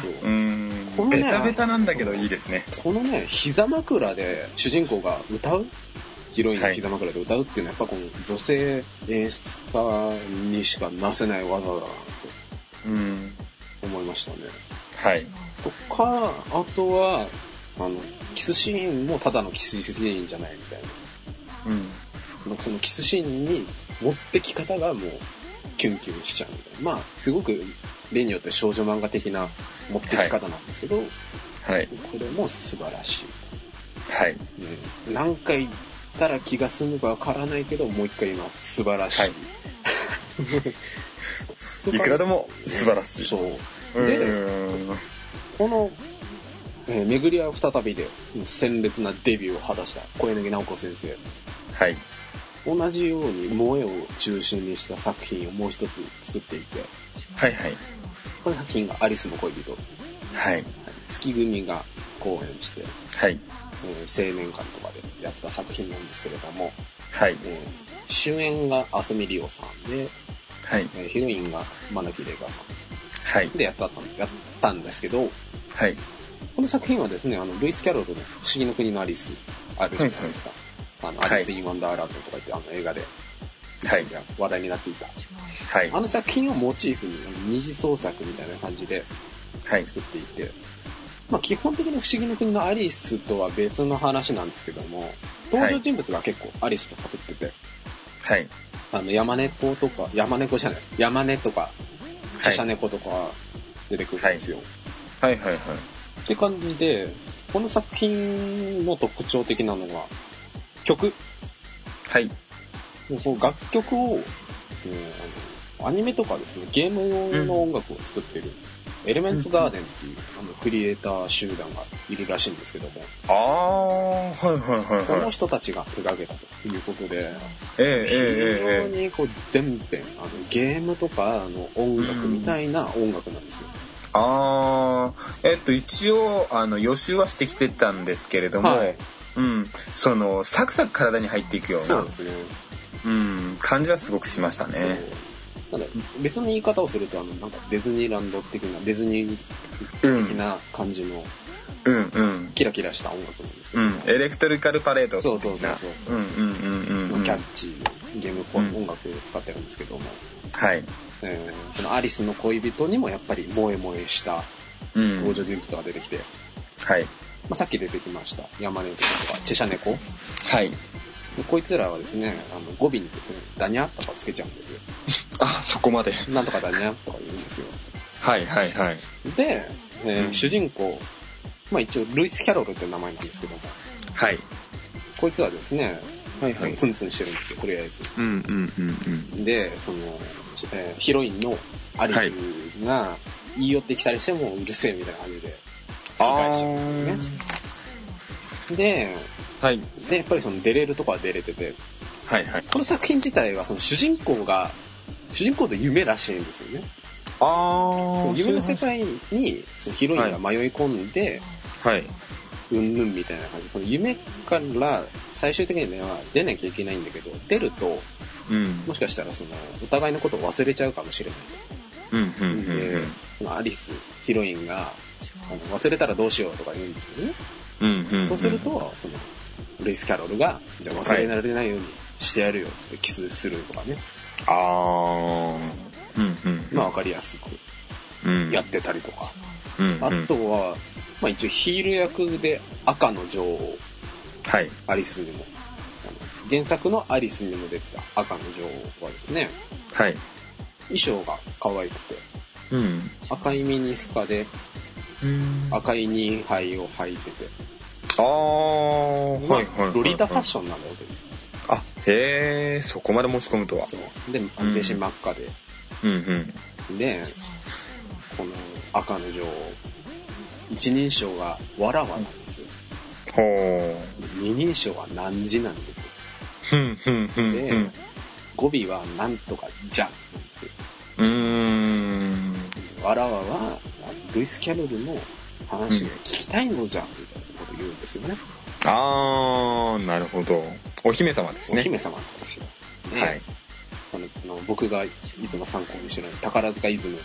[SPEAKER 1] そう
[SPEAKER 2] うー
[SPEAKER 1] こ
[SPEAKER 2] ん、
[SPEAKER 1] のね
[SPEAKER 2] ベタベタなんだけどいいですね。
[SPEAKER 1] このね、膝枕で主人公が歌うヒロインの膝枕で歌うっていうのは、やっぱこの女性演出家にしかなせない技だなと
[SPEAKER 2] うーん、
[SPEAKER 1] 思いましたね。
[SPEAKER 2] はい。
[SPEAKER 1] とか、あとは、あの、キスシーンもただのキスシーンじゃないみたいな。
[SPEAKER 2] うん、
[SPEAKER 1] なんかそのキスシーンに持ってき方がもう、キュンキュンしちゃうみたいな。まあ、すごく例によって少女漫画的な持ってき方なんですけど、
[SPEAKER 2] はい、
[SPEAKER 1] これも素晴らしい。
[SPEAKER 2] はい、
[SPEAKER 1] うん何回言ったら気が済むかわからないけど、もう一回言います。素晴らしい。
[SPEAKER 2] はいいくらでも素晴らしい。
[SPEAKER 1] そうう。で、
[SPEAKER 2] ーん、
[SPEAKER 1] この、えー巡り合う再びで、鮮烈なデビューを果たした小柳直子先生。
[SPEAKER 2] はい、
[SPEAKER 1] 同じように萌えを中心にした作品をもう一つ作っていて、
[SPEAKER 2] はい、はい、
[SPEAKER 1] この作品がアリスの恋人。
[SPEAKER 2] はい、
[SPEAKER 1] 月組が公演して、
[SPEAKER 2] はい、
[SPEAKER 1] えー青年館とかでやった作品なんですけれども、
[SPEAKER 2] はい、
[SPEAKER 1] えー主演が浅見りおさんで、
[SPEAKER 2] はい、
[SPEAKER 1] えーヒロインがマヌキレイカさ
[SPEAKER 2] はい
[SPEAKER 1] ん、でやったったんやったんですけど、
[SPEAKER 2] はい、
[SPEAKER 1] この作品はですね、あの、ルイス・キャロルの不思議の国のアリス、あるじゃないですか。あの、
[SPEAKER 2] はい
[SPEAKER 1] アリス・イン・ワンダーランドとか言って、あの、映画で
[SPEAKER 2] はい、
[SPEAKER 1] 話題になっていた。
[SPEAKER 2] はい、
[SPEAKER 1] あの作品をモチーフに、二次創作みたいな感じで
[SPEAKER 2] はい、
[SPEAKER 1] 作っていて、まあ、基本的に不思議の国のアリスとは別の話なんですけども、登場人物が結構アリスと被ってて、
[SPEAKER 2] はい、
[SPEAKER 1] あの、山猫とか、山猫じゃない、山根とか、
[SPEAKER 2] は
[SPEAKER 1] 茶
[SPEAKER 2] い、
[SPEAKER 1] 々猫とか出てくるんですよ。
[SPEAKER 2] はい、はい、はい、
[SPEAKER 1] って感じで、この作品の特徴的なのは、曲。
[SPEAKER 2] はい、
[SPEAKER 1] もうその楽曲を、うんあのアニメとかですね、ゲーム用の音楽を作ってる、エレメンツガーデンっていう、あの、クリエイター集団がいるらしいんですけども、
[SPEAKER 2] あー、はい、はい、
[SPEAKER 1] こ
[SPEAKER 2] はい、は
[SPEAKER 1] の
[SPEAKER 2] い、
[SPEAKER 1] 人たちが手掛けたということで、非
[SPEAKER 2] えええ
[SPEAKER 1] 常
[SPEAKER 2] えええ
[SPEAKER 1] にこう、全編、あの、ゲームとか、あの、音楽みたいな音楽なんですよ。
[SPEAKER 2] あー、えっと、一応、あの、予習はしてきてたんですけれども、
[SPEAKER 1] はい
[SPEAKER 2] うん、その、サクサク体に入っていくよう
[SPEAKER 1] そ
[SPEAKER 2] な
[SPEAKER 1] う、ですね。
[SPEAKER 2] うん、感じはすごくしましたね。
[SPEAKER 1] そうなんか別の言い方をすると、あの、なんかディズニーランド的な、ディズニー
[SPEAKER 2] うん
[SPEAKER 1] 的、な感じの
[SPEAKER 2] うん、うん。
[SPEAKER 1] キラキラした音楽なんですけ
[SPEAKER 2] う
[SPEAKER 1] ど、
[SPEAKER 2] ん、エレクトリカルパレード。
[SPEAKER 1] そうそうそうそう
[SPEAKER 2] うん、うん、うん、うん。
[SPEAKER 1] キャ
[SPEAKER 2] は
[SPEAKER 1] ッチーなゲームっぽい
[SPEAKER 2] うん
[SPEAKER 1] 音楽を使ってるんですけども、
[SPEAKER 2] い。
[SPEAKER 1] えーこのアリスの恋人にもやっぱり萌え萌えした
[SPEAKER 2] うん。
[SPEAKER 1] 登場人物が出てきて、
[SPEAKER 2] はい。
[SPEAKER 1] まあ、さっき出てきました、山猫とか、チェシャ猫。
[SPEAKER 2] はい。
[SPEAKER 1] こいつらはですね、あの語尾にですね、ダニャとかつけちゃうんですよ。
[SPEAKER 2] あ、そこまで。
[SPEAKER 1] なんとかダニャとか言うんですよ。
[SPEAKER 2] はい、はい、はい。
[SPEAKER 1] で、えー
[SPEAKER 2] うん
[SPEAKER 1] 主人公、まあ一応、ルイス・キャロルって名前なんですけども、
[SPEAKER 2] はい。
[SPEAKER 1] こいつはですね、
[SPEAKER 2] はいはい
[SPEAKER 1] ツンツンしてるんですよ、とりあえ
[SPEAKER 2] うん、うん、うん、うん。
[SPEAKER 1] ず。で、その、えーヒロインのアリスが言い寄ってきたりしてもうるせえみたいな感じで、突き返しちゃうん
[SPEAKER 2] ー
[SPEAKER 1] ですね。で、
[SPEAKER 2] はい。
[SPEAKER 1] で、やっぱりそのデレるとこはデレてて、
[SPEAKER 2] はい、はい。
[SPEAKER 1] この作品自体はその主人公が、主人公の夢らしいんですよね。
[SPEAKER 2] あー。
[SPEAKER 1] 夢の世界にそのヒロインが迷い込んで、
[SPEAKER 2] はい。
[SPEAKER 1] うんぬんみたいな感じ。その夢から最終的には出なきゃいけないんだけど、出ると、
[SPEAKER 2] うん。
[SPEAKER 1] もしかしたらその、お互いのことを忘れちゃうかもしれな
[SPEAKER 2] うん、うん、
[SPEAKER 1] い。
[SPEAKER 2] う
[SPEAKER 1] で
[SPEAKER 2] ん。、
[SPEAKER 1] そのアリス、ヒロインが、あの忘れたらどうしようとか言うんですよね。
[SPEAKER 2] うん、うん。
[SPEAKER 1] そうすると、、その、ルイス・キャロルが、じゃあ忘れられないようにしてやるよっつってキスするとかね。
[SPEAKER 2] あー。うん、うん。
[SPEAKER 1] まあわかりやすく
[SPEAKER 2] うん。
[SPEAKER 1] やってたりとか。
[SPEAKER 2] うん、
[SPEAKER 1] あとは、まあ一応ヒール役で赤の女王
[SPEAKER 2] はい。
[SPEAKER 1] アリスにも、あの原作のアリスにも出てた赤の女王はですね、
[SPEAKER 2] はい。
[SPEAKER 1] 衣装が可愛くて、
[SPEAKER 2] うん。
[SPEAKER 1] 赤いミニスカで
[SPEAKER 2] うんあ
[SPEAKER 1] 赤いニーハイを履いてて、
[SPEAKER 2] ー。はい、
[SPEAKER 1] ま
[SPEAKER 2] は
[SPEAKER 1] あ
[SPEAKER 2] いはい。
[SPEAKER 1] ロリータファッションなんだわけですよ。
[SPEAKER 2] あ、へえ、そこまで持ち込むとは。
[SPEAKER 1] そう。で、
[SPEAKER 2] ん
[SPEAKER 1] 全身真っ赤で。
[SPEAKER 2] うんうん。
[SPEAKER 1] で、この赤の女王、一人称がわらわなんですよ。
[SPEAKER 2] ほう。
[SPEAKER 1] 二人称は何時なんですよ。
[SPEAKER 2] ふんふんふん
[SPEAKER 1] で、
[SPEAKER 2] ふん。
[SPEAKER 1] 語尾はなんとかじゃなんですよ。
[SPEAKER 2] うーん。
[SPEAKER 1] わらわは、ルイス・キャロルの話が聞きたいのじゃん、みたいなこと言うんですよね。
[SPEAKER 2] あー、なるほど。お姫様です
[SPEAKER 1] お
[SPEAKER 2] ね。
[SPEAKER 1] 姫様なんですよ。ね
[SPEAKER 2] はい。
[SPEAKER 1] あのあの僕がいつも参考にしてる宝塚イズムっ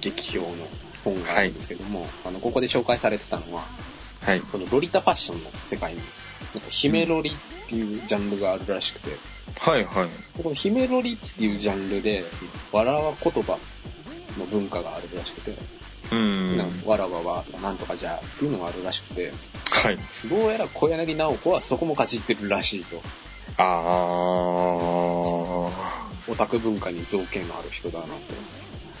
[SPEAKER 1] ていう劇表の本があるんですけども、あのここで紹介されてたのは、
[SPEAKER 2] はい。
[SPEAKER 1] このロリタファッションの世界に、なんか姫ロリっていうジャンルがあるらしくて、
[SPEAKER 2] はいはい。
[SPEAKER 1] この姫ロリっていうジャンルで、わらわ言葉の文化があるらしくて、
[SPEAKER 2] うーん。
[SPEAKER 1] なんかわらわはとかなんとかじゃっていうのがあるらしくて、
[SPEAKER 2] はい。
[SPEAKER 1] どうやら小柳直子はそこもかじってるらしいと。
[SPEAKER 2] あ
[SPEAKER 1] オタク文化に造形のある人だなと
[SPEAKER 2] ー。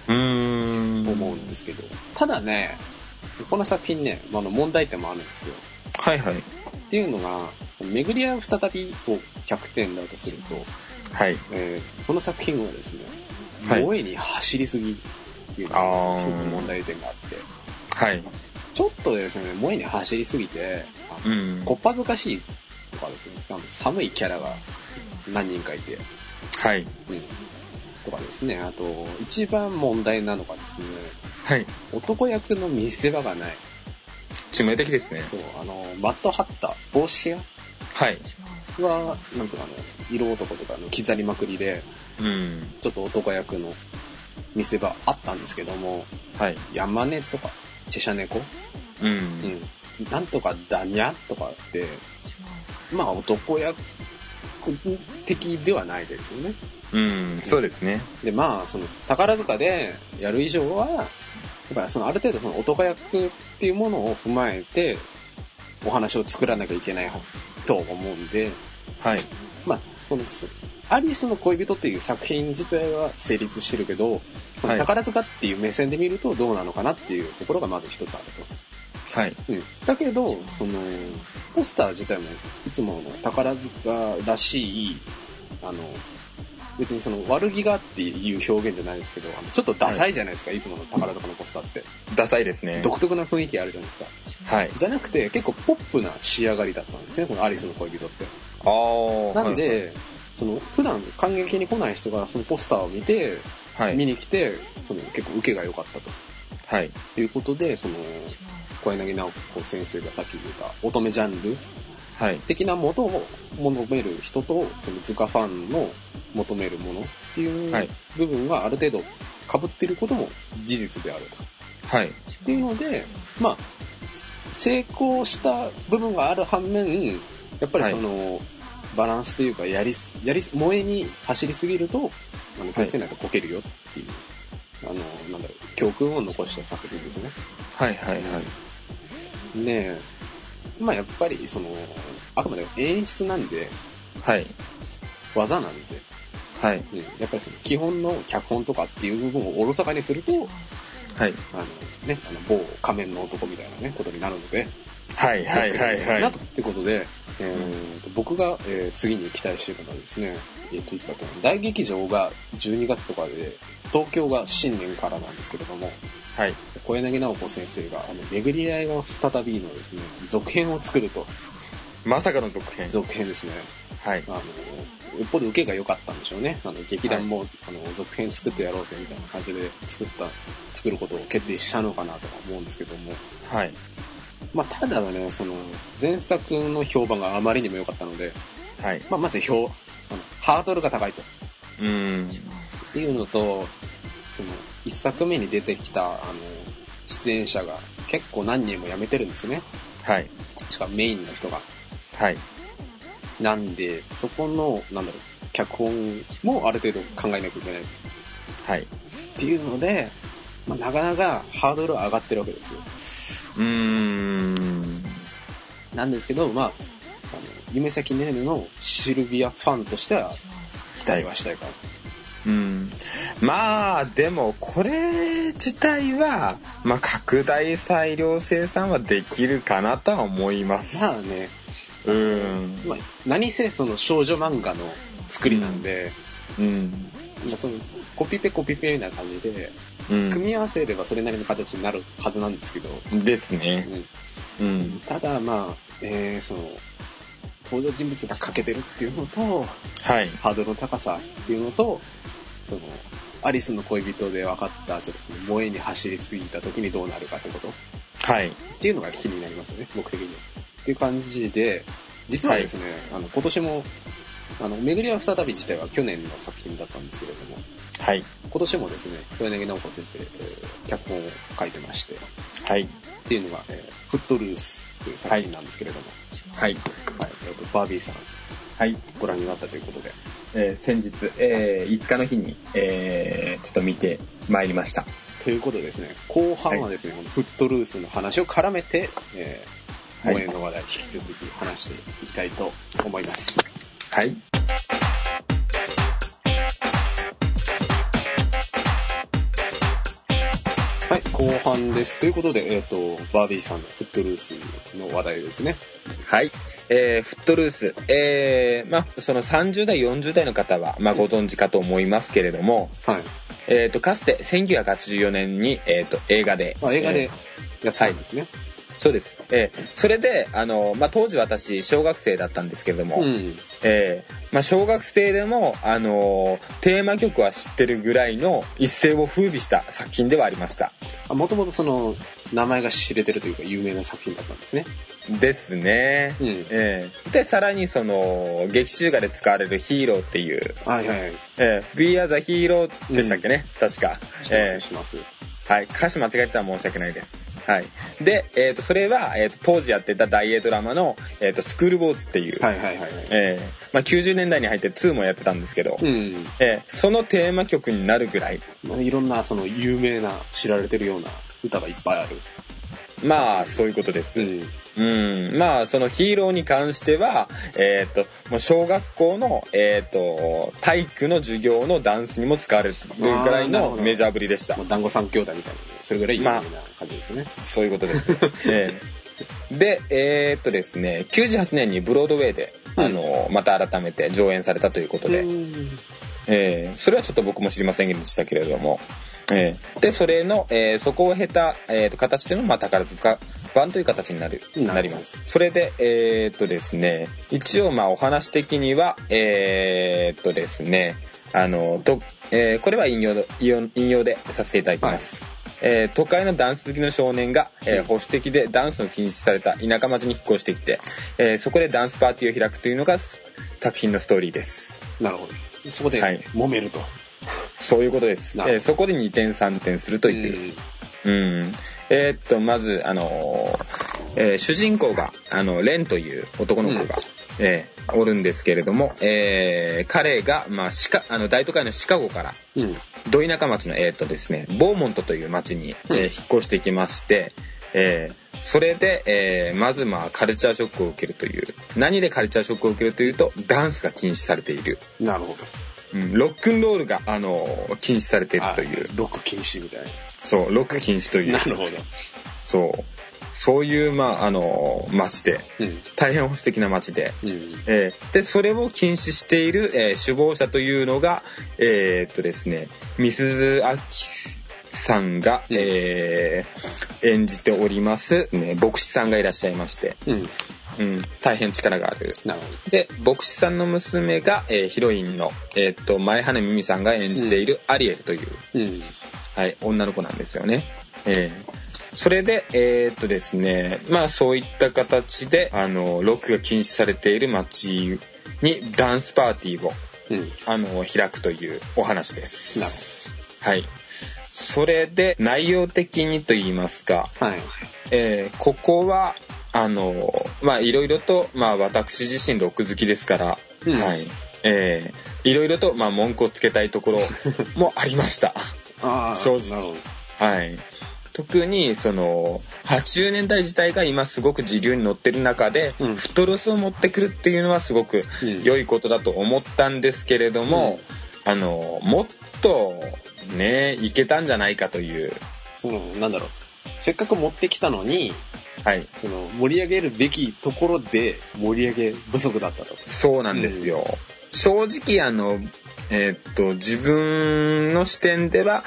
[SPEAKER 2] うーん。
[SPEAKER 1] 思うんですけど。ただね、この作品ね、まああの問題点もあるんですよ。
[SPEAKER 2] はいはい。
[SPEAKER 1] っていうのが、巡り合う再びを100点だとすると、
[SPEAKER 2] はい。
[SPEAKER 1] えーこの作品はですね、
[SPEAKER 2] はい
[SPEAKER 1] 萌えに走りすぎっていうのが一つ問題点があって、
[SPEAKER 2] はい。
[SPEAKER 1] ちょっとですね、萌えに走りすぎて、あ
[SPEAKER 2] う
[SPEAKER 1] の
[SPEAKER 2] ん。
[SPEAKER 1] こっぱずかしいとかですね、あの寒いキャラが何人かいて、
[SPEAKER 2] はい。
[SPEAKER 1] うん、とかですね、あと、一番問題なのがですね、
[SPEAKER 2] はい。
[SPEAKER 1] 男役の見せ場がない。
[SPEAKER 2] 致命的ですね。
[SPEAKER 1] そう、あの、マットハッター、帽子屋
[SPEAKER 2] はい。
[SPEAKER 1] は、なんとかね、色男とかの刻りまくりで、
[SPEAKER 2] うん。
[SPEAKER 1] ちょっと男役の見せ場あったんですけども、
[SPEAKER 2] はい。
[SPEAKER 1] 山根とか、チェシャ猫
[SPEAKER 2] う。
[SPEAKER 1] うんん。なんとかダニャとかって、まあ男役的ではないですよね。
[SPEAKER 2] うん。そうですね。
[SPEAKER 1] で、まあ、その、宝塚でやる以上は、やっぱりその、ある程度その男役っていうものを踏まえて、お話を作らなきゃいけないと思うんで、
[SPEAKER 2] はい。
[SPEAKER 1] まあ、この、アリスの恋人っていう作品自体は成立してるけど、この
[SPEAKER 2] はい
[SPEAKER 1] 宝塚っていう目線で見るとどうなのかなっていうところがまず一つある
[SPEAKER 2] はい。
[SPEAKER 1] と。うん。だけど、その、ポスター自体もいつもの宝塚らしい、あの、別にその悪気がっていう表現じゃないですけど、あのちょっとダサいじゃないですか、い、つもの宝塚のポスターって。
[SPEAKER 2] ダサいですね。
[SPEAKER 1] 独特な雰囲気あるじゃないですか。
[SPEAKER 2] はい。
[SPEAKER 1] じゃなくて、結構ポップな仕上がりだったんですね、このアリスの恋人って。
[SPEAKER 2] あー。
[SPEAKER 1] なんで、その普段感激に来ない人がそのポスターを見て、
[SPEAKER 2] はい、はい。
[SPEAKER 1] 見に来て、その結構受けが良かった
[SPEAKER 2] はい。
[SPEAKER 1] ということで、その小柳直子先生がさっき言った乙女ジャンル
[SPEAKER 2] はい。
[SPEAKER 1] 的なものを求める人と、そのズカファンの求めるものってい
[SPEAKER 2] は
[SPEAKER 1] う
[SPEAKER 2] い
[SPEAKER 1] 部分がある程度被っていることも事実であると。
[SPEAKER 2] はい。
[SPEAKER 1] っていうので、まあ、成功した部分がある反面、やっぱりその、バランスというか、やりす、やりす、萌えに走りすぎると、あの、気をつけないとこけるよっていう、あの、なんだろう、教訓を残した作品ですね。
[SPEAKER 2] はい。はい。はい。
[SPEAKER 1] で、まあやっぱり、その、あくまで演出なんで、
[SPEAKER 2] はい。
[SPEAKER 1] 技なんで、
[SPEAKER 2] はい。
[SPEAKER 1] うんやっぱりその、基本の脚本とかっていう部分をおろそかにすると、
[SPEAKER 2] はい。
[SPEAKER 1] あの、ね、あの、某仮面の男みたいなね、ことになるので、
[SPEAKER 2] はい。はい。はい。はい。
[SPEAKER 1] なとってことで、えーと僕が、えー次に期待しているのはですね、えっ、と、いつだったかな大劇場が12月とかで、東京が新年からなんですけれども、
[SPEAKER 2] はい。
[SPEAKER 1] 小柳直子先生が、あの、巡り合いが再びのですね、続編を作ると、
[SPEAKER 2] まさかの続編。
[SPEAKER 1] 続編ですね。
[SPEAKER 2] はい
[SPEAKER 1] あ。の、よっぽど受けが良かったんでしょうね。あの、劇団も、あの、続編作ってやろうぜみたいな感じで作った、作ることを決意したのかなとか思うんですけども、
[SPEAKER 2] はい。
[SPEAKER 1] まあ、ただね、その、前作の評判があまりにも良かったので、
[SPEAKER 2] はい。
[SPEAKER 1] まあ、まず表、あのハードルが高いと。
[SPEAKER 2] うーん。
[SPEAKER 1] っていうのと、その、一作目に出てきた、あの、出演者が結構何人も辞めてるんですね。
[SPEAKER 2] はい。
[SPEAKER 1] しかもメインの人が。
[SPEAKER 2] はい。
[SPEAKER 1] なんで、そこの、なんだろう、脚本もある程度考えなきゃいけない。っ
[SPEAKER 2] はい。
[SPEAKER 1] ていうので、まあ、なかなかハードルは上がってるわけですよ。
[SPEAKER 2] うーん。
[SPEAKER 1] なんですけど、まあ、あの、夢咲ネーヌのシルビアファンとしては、期待はしたいかな。
[SPEAKER 2] うん。まあ、でも、これ自体は、まあ、拡大裁量生産はできるかなとは思います。
[SPEAKER 1] まあね、
[SPEAKER 2] うーん。
[SPEAKER 1] まあ、何せその少女漫画の作りなんで、
[SPEAKER 2] うん。
[SPEAKER 1] まあそのコピペコピペみたいな感じで、組み合わせればそれなりの形になるはずなんですけど、
[SPEAKER 2] うん。ですね。
[SPEAKER 1] うん
[SPEAKER 2] うん。
[SPEAKER 1] ただまあ、えー、その、登場人物が欠けてるっていうのと、
[SPEAKER 2] はい。
[SPEAKER 1] ハードルの高さっていうのと、その、アリスの恋人で分かった、ちょっとその萌えに走りすぎた時にどうなるかってことっ
[SPEAKER 2] はい。
[SPEAKER 1] ていうのが気になりますよね、僕的には。っていう感じで、実はですね、あの、今年も、あの、巡りは再び自体は去年の作品だったんですけれども、
[SPEAKER 2] はい。
[SPEAKER 1] 今年もですね、小柳直子先生、えー脚本を書いてまして、っ
[SPEAKER 2] はい。
[SPEAKER 1] ていうのが、えーフットルースという作品なんですけれども、
[SPEAKER 2] はい。
[SPEAKER 1] はい、えっと、バービーさん、
[SPEAKER 2] はい。
[SPEAKER 1] ご覧になったということで。
[SPEAKER 2] えー先日、えー5日の日に、えーちょっと見てまいりました。
[SPEAKER 1] ということでですね、後半はですね、このフットルースの話を絡めて、えー、
[SPEAKER 2] はい
[SPEAKER 1] 萌えの話題、引き続き話していきたいと思います。
[SPEAKER 2] はい。
[SPEAKER 1] はい、後半です。ということで、えっ、と、バービーさんのフットルースの話題ですね。
[SPEAKER 2] はい。えーフットルース。えーまあ、その30代、40代の方は、まあ、ご存知かと思いますけれども、
[SPEAKER 1] はい。
[SPEAKER 2] えっ、と、かつて1984年に、えっ、と、映画で。
[SPEAKER 1] まあ、映画
[SPEAKER 2] え
[SPEAKER 1] で
[SPEAKER 2] ー
[SPEAKER 1] やってたんですね。
[SPEAKER 2] そうです。えーそれで、あの、まあ、当時私、小学生だったんですけれども、
[SPEAKER 1] うん。
[SPEAKER 2] えーまあ、小学生でも、あのーテーマ曲は知ってるぐらいの一世を風靡した作品ではありました。
[SPEAKER 1] あもともとその、名前が知れてるというか、有名な作品だったんですね。
[SPEAKER 2] ですね。
[SPEAKER 1] うん
[SPEAKER 2] えーで、さらにその、劇中歌で使われるヒーローっていう、
[SPEAKER 1] はいはいはい。知
[SPEAKER 2] えー We are the hero でしたっけね、確か。
[SPEAKER 1] ってます、
[SPEAKER 2] えー
[SPEAKER 1] 知ってます。
[SPEAKER 2] はい。歌詞間違えてたら申し訳ないです。はい。で、えっ、と、それは、えっ、と、当時やってた大英ドラマの、えっ、と、スクールウォーズっていう、
[SPEAKER 1] はいはいはいはい。
[SPEAKER 2] えーまあ、90年代に入って2もやってたんですけど、
[SPEAKER 1] うん。
[SPEAKER 2] えーそのテーマ曲になるぐらい、
[SPEAKER 1] まあ、いろんな、その、有名な、知られてるような歌がいっぱいある。
[SPEAKER 2] まあ、そういうことです。
[SPEAKER 1] うん。
[SPEAKER 2] うん。まあ、そのヒーローに関しては、えっ、と、もう小学校の、えっ、と、体育の授業のダンスにも使われるぐらい
[SPEAKER 1] あーなるほ
[SPEAKER 2] の
[SPEAKER 1] ど
[SPEAKER 2] メジャーぶりでした
[SPEAKER 1] まあ、。団子三兄弟みたいな、それぐらい有名な感じですね。
[SPEAKER 2] そういうことです。 ええで、えーっとですね、98年にブロードウェイで、
[SPEAKER 1] うん
[SPEAKER 2] あの、また改めて上演されたということで、
[SPEAKER 1] うん
[SPEAKER 2] ええそれはちょっと僕も知りませんでしたけれども、ええで、それの、ええそこを経た、えーっと形での、まあ、宝塚版という形になる、
[SPEAKER 1] なるほど
[SPEAKER 2] なります。それで、えーっとですね、一応、まあ、お話的には、えーっとですね、あの、と、えーこれは引用の、引用引用でさせていただきます。えー都会のダンス好きの少年が、えー保守的でダンスの禁止された田舎町に引っ越してきて、えーそこでダンスパーティーを開くというのが作品のストーリーです。
[SPEAKER 1] なるほど。そこで
[SPEAKER 2] はい
[SPEAKER 1] 揉めると。
[SPEAKER 2] そういうことです。え
[SPEAKER 1] なるほど
[SPEAKER 2] ーそこで2点3点するという。うん。えーっと、まず、あのーえー主人公が、あの、レンという男の子が、えーおるんですけれども、えー彼が、まあ、シカ、あの、大都会のシカゴから、
[SPEAKER 1] うん。うん。
[SPEAKER 2] ど田舎町の、えーっとですね、ボーモントという町に、えー
[SPEAKER 1] うん
[SPEAKER 2] 引っ越してきまして、えーそれで、えーまず、まあ、カルチャーショックを受けるという。何でカルチャーショックを受けるというと、ダンスが禁止されている。
[SPEAKER 1] なるほど。
[SPEAKER 2] うん、ロックンロールが、あのー禁止されているという。
[SPEAKER 1] あロック禁止みたい
[SPEAKER 2] そう、ロック禁止という。
[SPEAKER 1] な。なるほど。
[SPEAKER 2] そう。そういう、まあ、あの、町で、
[SPEAKER 1] うん。
[SPEAKER 2] 大変保守的な町で、
[SPEAKER 1] うん。
[SPEAKER 2] えーで、それを禁止している、えー首謀者というのが、えーっとですね、ミスズ・アキさんが、
[SPEAKER 1] うん
[SPEAKER 2] えー演じております、ね、牧師さんがいらっしゃいまして、
[SPEAKER 1] うん。
[SPEAKER 2] うん、大変力がある。
[SPEAKER 1] なるほ
[SPEAKER 2] で、牧師さんの娘が、えーヒロインの、えーっと、前羽美美さんが演じているアリエルという、
[SPEAKER 1] ど。うん。
[SPEAKER 2] はい、女の子なんですよね。えーそれで、えーっとですね、まあそういった形で、あの、ロックが禁止されている街にダンスパーティーを、
[SPEAKER 1] うん。
[SPEAKER 2] あの、開くというお話です。
[SPEAKER 1] なる
[SPEAKER 2] はい。それで、内容的にと言いますか、
[SPEAKER 1] ほど。はい。
[SPEAKER 2] えーここは、あの、まあいろいろと、まあ私自身ロック好きですから、
[SPEAKER 1] うん
[SPEAKER 2] はい。えーいろいろと、まあ文句をつけたいところもありました。
[SPEAKER 1] ああ、
[SPEAKER 2] 正直
[SPEAKER 1] なるほど。
[SPEAKER 2] はい。特に、その、80年代自体が今すごく時流に乗ってる中で、
[SPEAKER 1] うん
[SPEAKER 2] フットロスを持ってくるっていうのはすごく
[SPEAKER 1] うん
[SPEAKER 2] 良いことだと思ったんですけれども、あの、もっと、ね、いけたんじゃないかという、
[SPEAKER 1] その、なんだろう。せっかく持ってきたのに、
[SPEAKER 2] はい。
[SPEAKER 1] その、盛り上げるべきところで盛り上げ不足だったと。
[SPEAKER 2] そうなんですよ。正直、あの、えーっと、自分の視点では、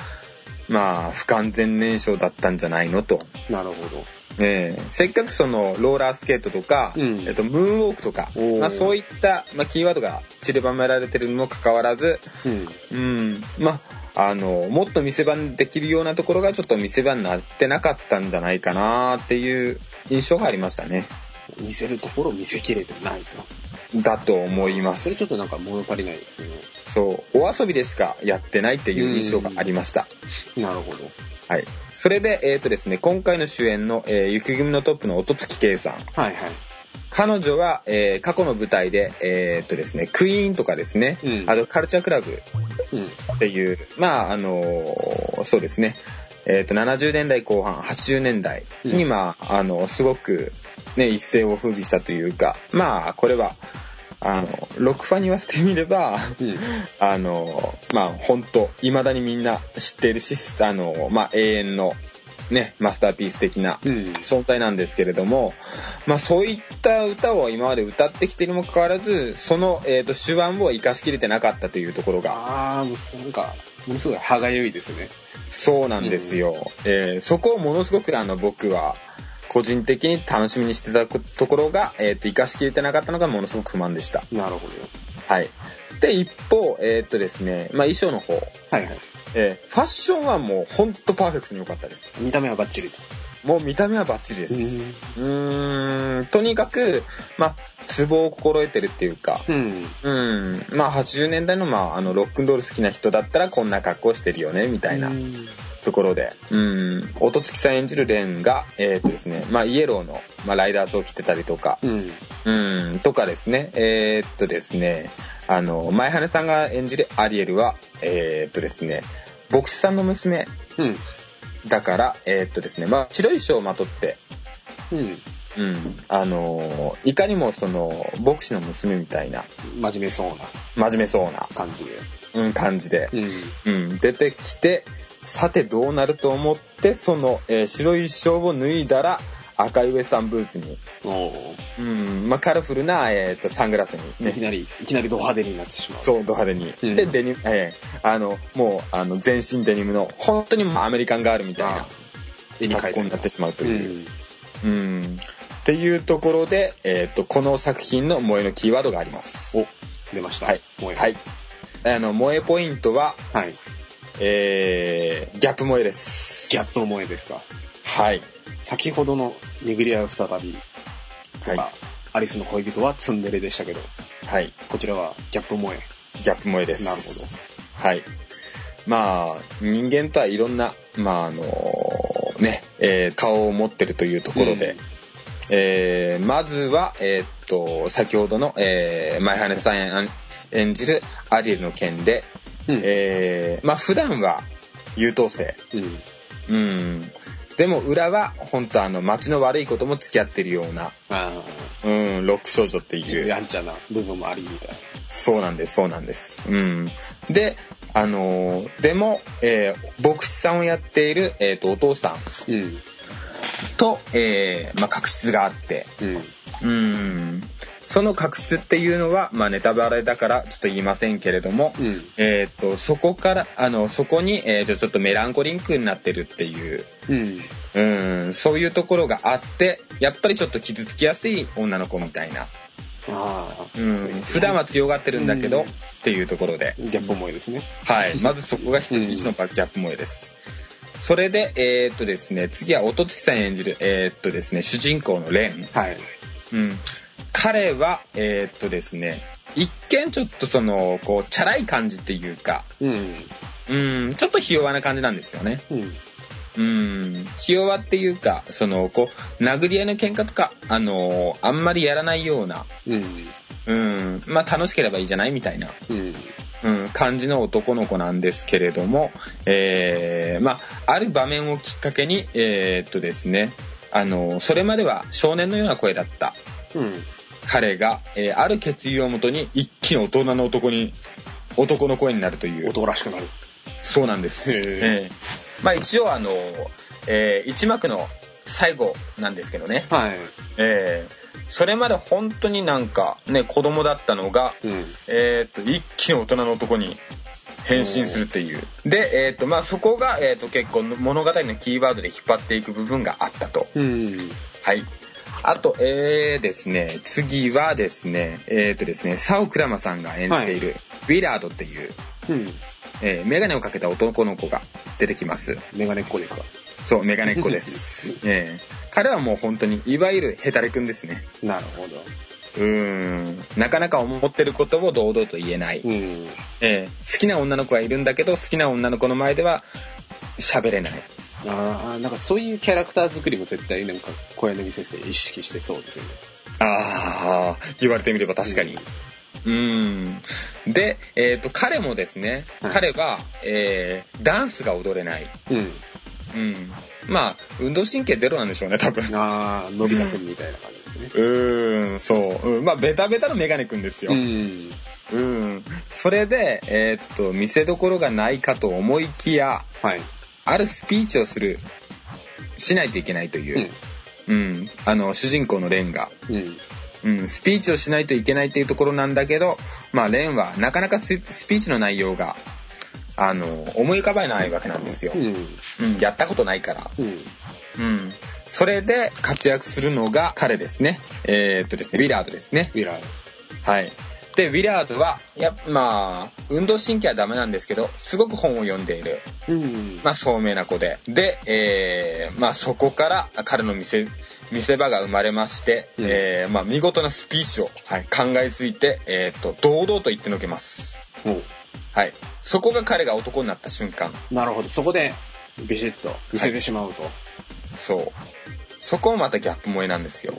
[SPEAKER 2] まあ、不完全燃焼だったんじゃないのと。
[SPEAKER 1] なるほど。
[SPEAKER 2] ええせっかくそのローラースケートとか、
[SPEAKER 1] うん
[SPEAKER 2] えっと、ムーンウォークとか
[SPEAKER 1] おー、
[SPEAKER 2] まあ、そういった、まあ、キーワードが散りばめられてるにもかかわらず、
[SPEAKER 1] うん。
[SPEAKER 2] うん、まあ、あの、もっと見せ場にできるようなところがちょっと見せ場になってなかったんじゃないかなっていう印象がありましたね。
[SPEAKER 1] 見せるところを見せきれてないと。
[SPEAKER 2] だと思いま
[SPEAKER 1] それ
[SPEAKER 2] す。
[SPEAKER 1] ちょっとなんか物足りないですね。
[SPEAKER 2] そう、お遊びでしかやってないっていう印象がありました。
[SPEAKER 1] なるほど。
[SPEAKER 2] はい。それで、えっ、とですね、今回の主演の、えー、雪組のトップの音月圭さん。
[SPEAKER 1] はいはい。
[SPEAKER 2] 彼女は、えー過去の舞台で、えーっとですね、クイーンとかですね、
[SPEAKER 1] うん
[SPEAKER 2] あとカルチャークラブ
[SPEAKER 1] うん。
[SPEAKER 2] っていう、まあ、あのーそうですね、えーっと、70年代後半、80年代に、
[SPEAKER 1] うん
[SPEAKER 2] まあ、あの、すごく、ね、一世を風靡したというか、まあ、これは、あの、ロックファンに言わせてみれば、
[SPEAKER 1] うん。
[SPEAKER 2] あの、まあ、本当未だにみんな知っているし、あの、まあ、永遠の、ね、マスターピース的な
[SPEAKER 1] うん。
[SPEAKER 2] 存在なんですけれども、まあ、そういった歌を今まで歌ってきているにもかかわらず、その、えっ、と、手腕を生かしきれてなかったというところが、
[SPEAKER 1] あー、なんか、ものすごい歯がゆいですね。
[SPEAKER 2] そうなんですよ。えーそこをものすごく、あの、僕は、個人的に楽しみにしてたこところが、えっ、と、生かしきれてなかったのがものすごく不満でした。
[SPEAKER 1] なるほど。
[SPEAKER 2] はい。で、一方、えっ、とですね、まあ、衣装の方、
[SPEAKER 1] はいはい。
[SPEAKER 2] えーファッションはもうほんとパーフェクトに良かったです。
[SPEAKER 1] 見た目はバッチリと。
[SPEAKER 2] もう見た目はバッチリです。う
[SPEAKER 1] うん。
[SPEAKER 2] ーん、とにかく、まあ、ツボを心得てるっていうか、
[SPEAKER 1] うん。
[SPEAKER 2] うん、まあ80年代の,、まあ、あのロックンロール好きな人だったらこんな格好してるよね、みたいな
[SPEAKER 1] うん
[SPEAKER 2] ところで、うん、音月さん演じるレンが、えっ、とですね、まあイエローの、まあ、ライダースを着てたりとか、
[SPEAKER 1] うん。
[SPEAKER 2] うん、とかですね、えーっとですね、あの、前羽さんが演じるアリエルは、えーっとですね、牧師さんの娘
[SPEAKER 1] うん。
[SPEAKER 2] だから、えーっとですね、まあ、白い衣装をまとって、
[SPEAKER 1] うん。
[SPEAKER 2] うん、あのー、いかにもその、牧師の娘みたいな、
[SPEAKER 1] 真面目そうな
[SPEAKER 2] 真面目そうな、
[SPEAKER 1] 感じで。
[SPEAKER 2] うん、感じで、
[SPEAKER 1] うん。
[SPEAKER 2] うん、出てきて、さてどうなると思って、その、えー白い衣装を脱いだら、赤いウエスタンブーツに、
[SPEAKER 1] おー
[SPEAKER 2] うん、まあ、カラフルな、えーっと、サングラスに、ね
[SPEAKER 1] いきなり、いきなりド派手になってしまう。
[SPEAKER 2] そう、ド派手に。
[SPEAKER 1] うん
[SPEAKER 2] で、デニム、ええあの、もう、あの、全身デニムの、本当にもうアメリカンガールみたい
[SPEAKER 1] あ
[SPEAKER 2] な
[SPEAKER 1] ー絵に描
[SPEAKER 2] 格
[SPEAKER 1] いて
[SPEAKER 2] 好になってしまうという。
[SPEAKER 1] うん。
[SPEAKER 2] うん。っていうところで、えっ、と、この作品の萌えのキーワードがあります。
[SPEAKER 1] お、出ました。
[SPEAKER 2] はい。
[SPEAKER 1] もう
[SPEAKER 2] はい。。あの、萌えポイントは、
[SPEAKER 1] はい。
[SPEAKER 2] えー、ギャップ萌えです。
[SPEAKER 1] ギャップ萌えですか。
[SPEAKER 2] はい。
[SPEAKER 1] 先ほどの巡り合う再びと
[SPEAKER 2] は
[SPEAKER 1] か、
[SPEAKER 2] い。
[SPEAKER 1] アリスの恋人はツンデレでしたけど、
[SPEAKER 2] はい。
[SPEAKER 1] こちらはギャップ萌え。
[SPEAKER 2] ギャップ萌えです。
[SPEAKER 1] なる
[SPEAKER 2] はい。まあ、人間とはいろんな、まあ、あのね、えー顔を持ってるというところで、
[SPEAKER 1] うん
[SPEAKER 2] えーまずは、えーっと、先ほどの、えー、前羽さん演演じるアリエルの件で、
[SPEAKER 1] うん
[SPEAKER 2] えーまあ、普段は優等生。
[SPEAKER 1] うん。
[SPEAKER 2] うん。でも、裏は、本当あの、街の悪いことも付き合ってるような、
[SPEAKER 1] あ
[SPEAKER 2] うん、ロック少女って
[SPEAKER 1] あ、ちょ
[SPEAKER 2] い
[SPEAKER 1] っ
[SPEAKER 2] う
[SPEAKER 1] と。やんちゃな部分もありみたいな。
[SPEAKER 2] そうなんです、そうなんです。うん。で、あのーでも、えー牧師さんをやっている、えっ、と、お父さん
[SPEAKER 1] うん。
[SPEAKER 2] と、えーまあ、確執があって、
[SPEAKER 1] うん。
[SPEAKER 2] うん。その確執っていうのは、まあ、ネタバレだから、ちょっと言いませんけれども、
[SPEAKER 1] うん。
[SPEAKER 2] えっ、と、そこから、あの、そこに、えー、とちょっとメランコリンクになってるっていう、
[SPEAKER 1] うん。
[SPEAKER 2] うん、そういうところがあって、やっぱりちょっと傷つきやすい女の子みたいな。
[SPEAKER 1] ああ、
[SPEAKER 2] うん、普段は強がってるんだけど、
[SPEAKER 1] うん
[SPEAKER 2] っていうところで。
[SPEAKER 1] ギャップ萌えですね。
[SPEAKER 2] はい。まずそこが一
[SPEAKER 1] うん
[SPEAKER 2] 一のバックアップ萌えです。それで、えー、っとですね、次は音月さん演じる、えー、っとですね、主人公のレン。
[SPEAKER 1] はい。
[SPEAKER 2] うん。彼は、えー、っとですね、一見ちょっとその、こう、チャラい感じっていうか、
[SPEAKER 1] うん。
[SPEAKER 2] うん、ちょっとひ弱な感じなんですよね。
[SPEAKER 1] うん。
[SPEAKER 2] うん、ひ弱っていうか、その、こう、殴り合いの喧嘩とか、あのあんまりやらないような、
[SPEAKER 1] うん。
[SPEAKER 2] うん、まあ楽しければいいじゃないみたいな。
[SPEAKER 1] うん。
[SPEAKER 2] うん、感じの男の子なんですけれども、えー、まあ、ある場面をきっかけに、えーっとですね、あの、それまでは少年のような声だった
[SPEAKER 1] うん。
[SPEAKER 2] 彼が、えーある決意をもとに一気に大人の男に、男の声になるという。
[SPEAKER 1] 男らしくなる。
[SPEAKER 2] そうなんです。
[SPEAKER 1] へー
[SPEAKER 2] えーまあ一応あの、えー一幕の最後なんですけどね。
[SPEAKER 1] はい。
[SPEAKER 2] えーそれまで本当になんかね、子供だったのが、
[SPEAKER 1] うん。
[SPEAKER 2] えーっと、一気に大人の男に変身するという。で、えーっと、まあ、そこが、えーっと、結構物語のキーワードで引っ張っていく部分があったと。
[SPEAKER 1] うん。
[SPEAKER 2] はい。あと、えーですね、次はですね、えーっとですね、サオクラマさんが演じている、ウィラードっていう、
[SPEAKER 1] うん。
[SPEAKER 2] えーメガネをかけた男の子が出てきます。
[SPEAKER 1] メガネっ子ですか
[SPEAKER 2] そう、メガネっ子です。えー彼はもう本当に、いわゆるヘタレくんですね。
[SPEAKER 1] なるほど。
[SPEAKER 2] うーん。なかなか思ってることを堂々と言えない。
[SPEAKER 1] うん。
[SPEAKER 2] えー好きな女の子はいるんだけど、好きな女の子の前では喋れない。
[SPEAKER 1] ああ、なんかそういうキャラクター作りも絶対なんか小柳先生意識してそうですよね。
[SPEAKER 2] ああ、言われてみれば確かに。うーん。で、えっ、と、彼もですね、
[SPEAKER 1] はい
[SPEAKER 2] 彼は、えーダンスが踊れない。
[SPEAKER 1] うん。
[SPEAKER 2] うん。まあ、運動神経ゼロなんでしょうね、多分。
[SPEAKER 1] ああ、のび太くんみたいな感じですね。
[SPEAKER 2] うーん、そう。うん、まあ、ベタベタのメガネくんですよ。
[SPEAKER 1] うん。
[SPEAKER 2] うん。それで、えーっと、見せどころがないかと思いきや、
[SPEAKER 1] はい。
[SPEAKER 2] あるスピーチをする、しないといけないという、うん、あの、主人公のレンが、
[SPEAKER 1] うん。うん。
[SPEAKER 2] うん、スピーチをしないといけないっていうところなんだけど、まあ、レンはなかなかススピーチの内容が、あの、思い浮かばないわけなんですよ。
[SPEAKER 1] うん。
[SPEAKER 2] うん、やったことないから。
[SPEAKER 1] うん。
[SPEAKER 2] うん。それで活躍するのが彼ですね。えーっとですね、ウィラードですね。
[SPEAKER 1] ミラー。
[SPEAKER 2] はい。で、ウィラードは、やっぱ、まあ、運動神経はダメなんですけど、すごく本を読んでいる、
[SPEAKER 1] うん。
[SPEAKER 2] まあ、聡明な子で。で、えー、まあ、そこから彼の見せ、見せ場が生まれまして、
[SPEAKER 1] うん
[SPEAKER 2] えー、まあ、見事なスピーチを、はい、考えついて、えー、っと、堂々と言ってのけます。
[SPEAKER 1] も
[SPEAKER 2] はい。そこが彼が男になった瞬間。
[SPEAKER 1] う、なるほど。そこで、ビシッと見せてしまうと。
[SPEAKER 2] そう。そこもまたギャップ萌えなんですよ。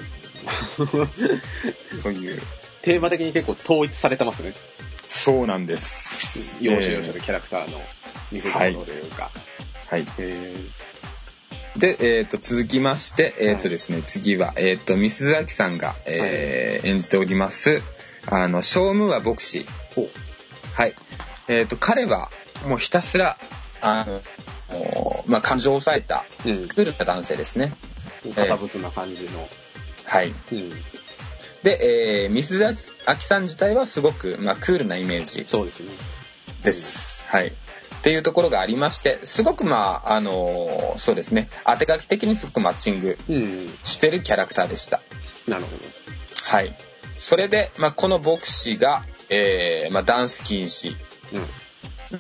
[SPEAKER 2] という。
[SPEAKER 1] テーマ的に結構統一されてますね。
[SPEAKER 2] そうなんです。
[SPEAKER 1] 要所要所
[SPEAKER 2] え
[SPEAKER 1] でキャラクターの見せ所というか。
[SPEAKER 2] ーはい。
[SPEAKER 1] へえ
[SPEAKER 2] で、えっ、と、続きまして、えっ、とですね、次は、えっ、と、ミスザキさんが、えー演じております、あの、ショームーア牧師。
[SPEAKER 1] ほう。
[SPEAKER 2] はい。えっ、と、彼は、もうひたすら、あの、もうまあ、感情を抑えた、
[SPEAKER 1] うん。
[SPEAKER 2] クールな男性ですね。
[SPEAKER 1] 堅物な感じの。
[SPEAKER 2] はい。
[SPEAKER 1] うん。
[SPEAKER 2] で、えー、ミスザキさん自体はすごく、まあ、クールなイメージ
[SPEAKER 1] そうですね。
[SPEAKER 2] です。はい。っていうところがありまして、すごくまあ、あのそうですね、当て書き的にすごくマッチング
[SPEAKER 1] うん。
[SPEAKER 2] してるキャラクターでした。
[SPEAKER 1] なるほ
[SPEAKER 2] はい。それで、まあ、この牧師が、えーまあ、ダンス禁止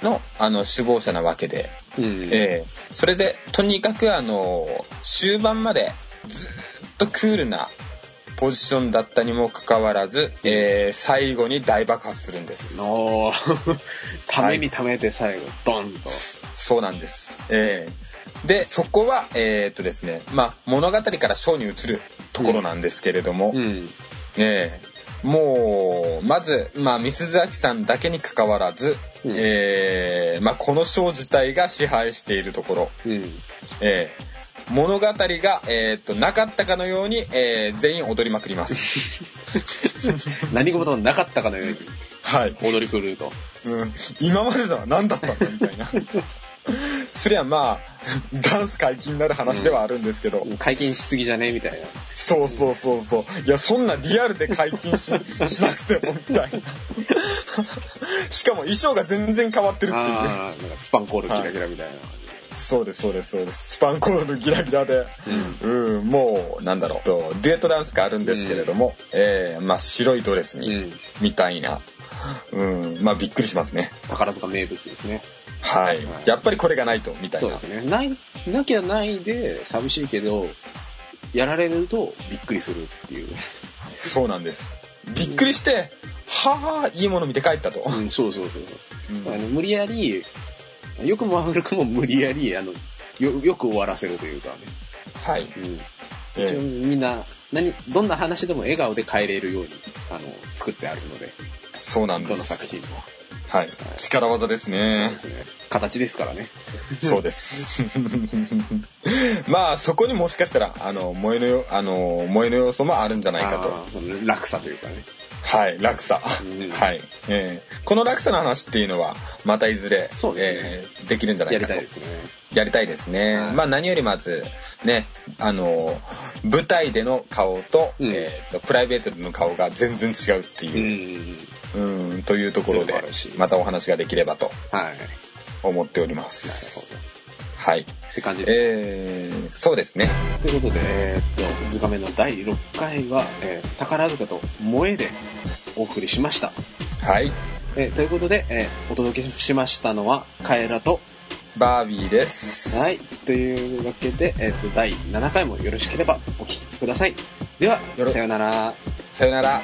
[SPEAKER 1] ど。
[SPEAKER 2] の、あの、首謀者なわけで、
[SPEAKER 1] うん。うん。
[SPEAKER 2] えーそれで、とにかく、あの、終盤まで、ずっとクールなポジションだったにもかかわらず、えー最後に大爆発するんです。
[SPEAKER 1] の ためにためて最後、ドンと。
[SPEAKER 2] そうなんです。えーで、そこは、えーっとですね、まあ、物語から章に移るところなんですけれども、
[SPEAKER 1] うん。
[SPEAKER 2] ええもう、まず、まあ、ミスズアキさんだけに関わらず、
[SPEAKER 1] うん
[SPEAKER 2] ええまあ、この章自体が支配しているところ、
[SPEAKER 1] うん。
[SPEAKER 2] ええ物語が、えーっと、なかったかのように、ええ全員踊りまくります。
[SPEAKER 1] 何事もなかったかのように
[SPEAKER 2] はい。
[SPEAKER 1] 踊り狂うと。
[SPEAKER 2] うん。今までのは何だったんだ、みたいな。そりゃまあ、ダンス解禁になる話ではあるんですけど、
[SPEAKER 1] 解禁しすぎじゃねみたいな。
[SPEAKER 2] そうそうそうそう。いや、そんなリアルで解禁ししなくても、みたいな。しかも衣装が全然変わってるっていう。
[SPEAKER 1] ああ、なんかスパンコールキラキラみたいな。
[SPEAKER 2] そうです、そうです、そうです。スパンコールギラギラで。うん、もう、なんだろう。とデュエットダンスがあるんですけれども、えー、まあ、白いドレスに、
[SPEAKER 1] うん
[SPEAKER 2] みたいな。うん、まあ、びっくりしますね。
[SPEAKER 1] 宝塚名物ですね。
[SPEAKER 2] はい。やっぱりこれがないと、みたい
[SPEAKER 1] そう
[SPEAKER 2] な
[SPEAKER 1] で。すね。ない、なきゃないで寂しいけど、やられるとびっくりするっていう。
[SPEAKER 2] そうなんです。びっくりして、はぁ、いいもの見て帰ったと。
[SPEAKER 1] うん、そうそうそうそう。
[SPEAKER 2] う
[SPEAKER 1] あ
[SPEAKER 2] ん
[SPEAKER 1] の無理やり、よくも悪くも無理やり、あの、よ、よく終わらせるというかね。
[SPEAKER 2] はい。
[SPEAKER 1] うん。
[SPEAKER 2] え
[SPEAKER 1] 一応
[SPEAKER 2] ー
[SPEAKER 1] みんな、何、どんな話でも笑顔で帰れるように、あの、作ってあるので、
[SPEAKER 2] そうなんで
[SPEAKER 1] どの
[SPEAKER 2] す
[SPEAKER 1] 作。品も。
[SPEAKER 2] はい。力技ですね。
[SPEAKER 1] 形ですからね。
[SPEAKER 2] そうです。 まあ、そこにもしかしたら、あの、萌えのよ、あの、萌えの要素もあるんじゃないか
[SPEAKER 1] あーその落差というかね。
[SPEAKER 2] と。はい、落差。
[SPEAKER 1] うん
[SPEAKER 2] はい、えーこの落差の話っていうのは、またいずれ、
[SPEAKER 1] そうで
[SPEAKER 2] えーできるんじゃな
[SPEAKER 1] や
[SPEAKER 2] い
[SPEAKER 1] り
[SPEAKER 2] かと
[SPEAKER 1] たいですね。
[SPEAKER 2] やりたいですね。
[SPEAKER 1] はい
[SPEAKER 2] まあ何よりまず、ね、あの、舞台での顔と、
[SPEAKER 1] うん
[SPEAKER 2] えーとプライベートでの顔が全然違うって
[SPEAKER 1] う
[SPEAKER 2] いう、
[SPEAKER 1] ん。
[SPEAKER 2] うん、というところ
[SPEAKER 1] そういうの
[SPEAKER 2] で
[SPEAKER 1] もあるし、
[SPEAKER 2] またお話ができればと
[SPEAKER 1] はい。なる
[SPEAKER 2] 思っておりま
[SPEAKER 1] ほ
[SPEAKER 2] す。
[SPEAKER 1] ど。
[SPEAKER 2] はい。
[SPEAKER 1] って感じです。
[SPEAKER 2] えー、そうですね。
[SPEAKER 1] ということで、えーっと、図亀の第6回は、えー宝塚と萌えでお送りしました。
[SPEAKER 2] はい。
[SPEAKER 1] えーということで、えーお届けしましたのは、カエラと、
[SPEAKER 2] バービーです。
[SPEAKER 1] はい。というわけで、えーっと、第7回もよろしければお聞きください。では、
[SPEAKER 2] よろ
[SPEAKER 1] さようなら。
[SPEAKER 2] さよなら。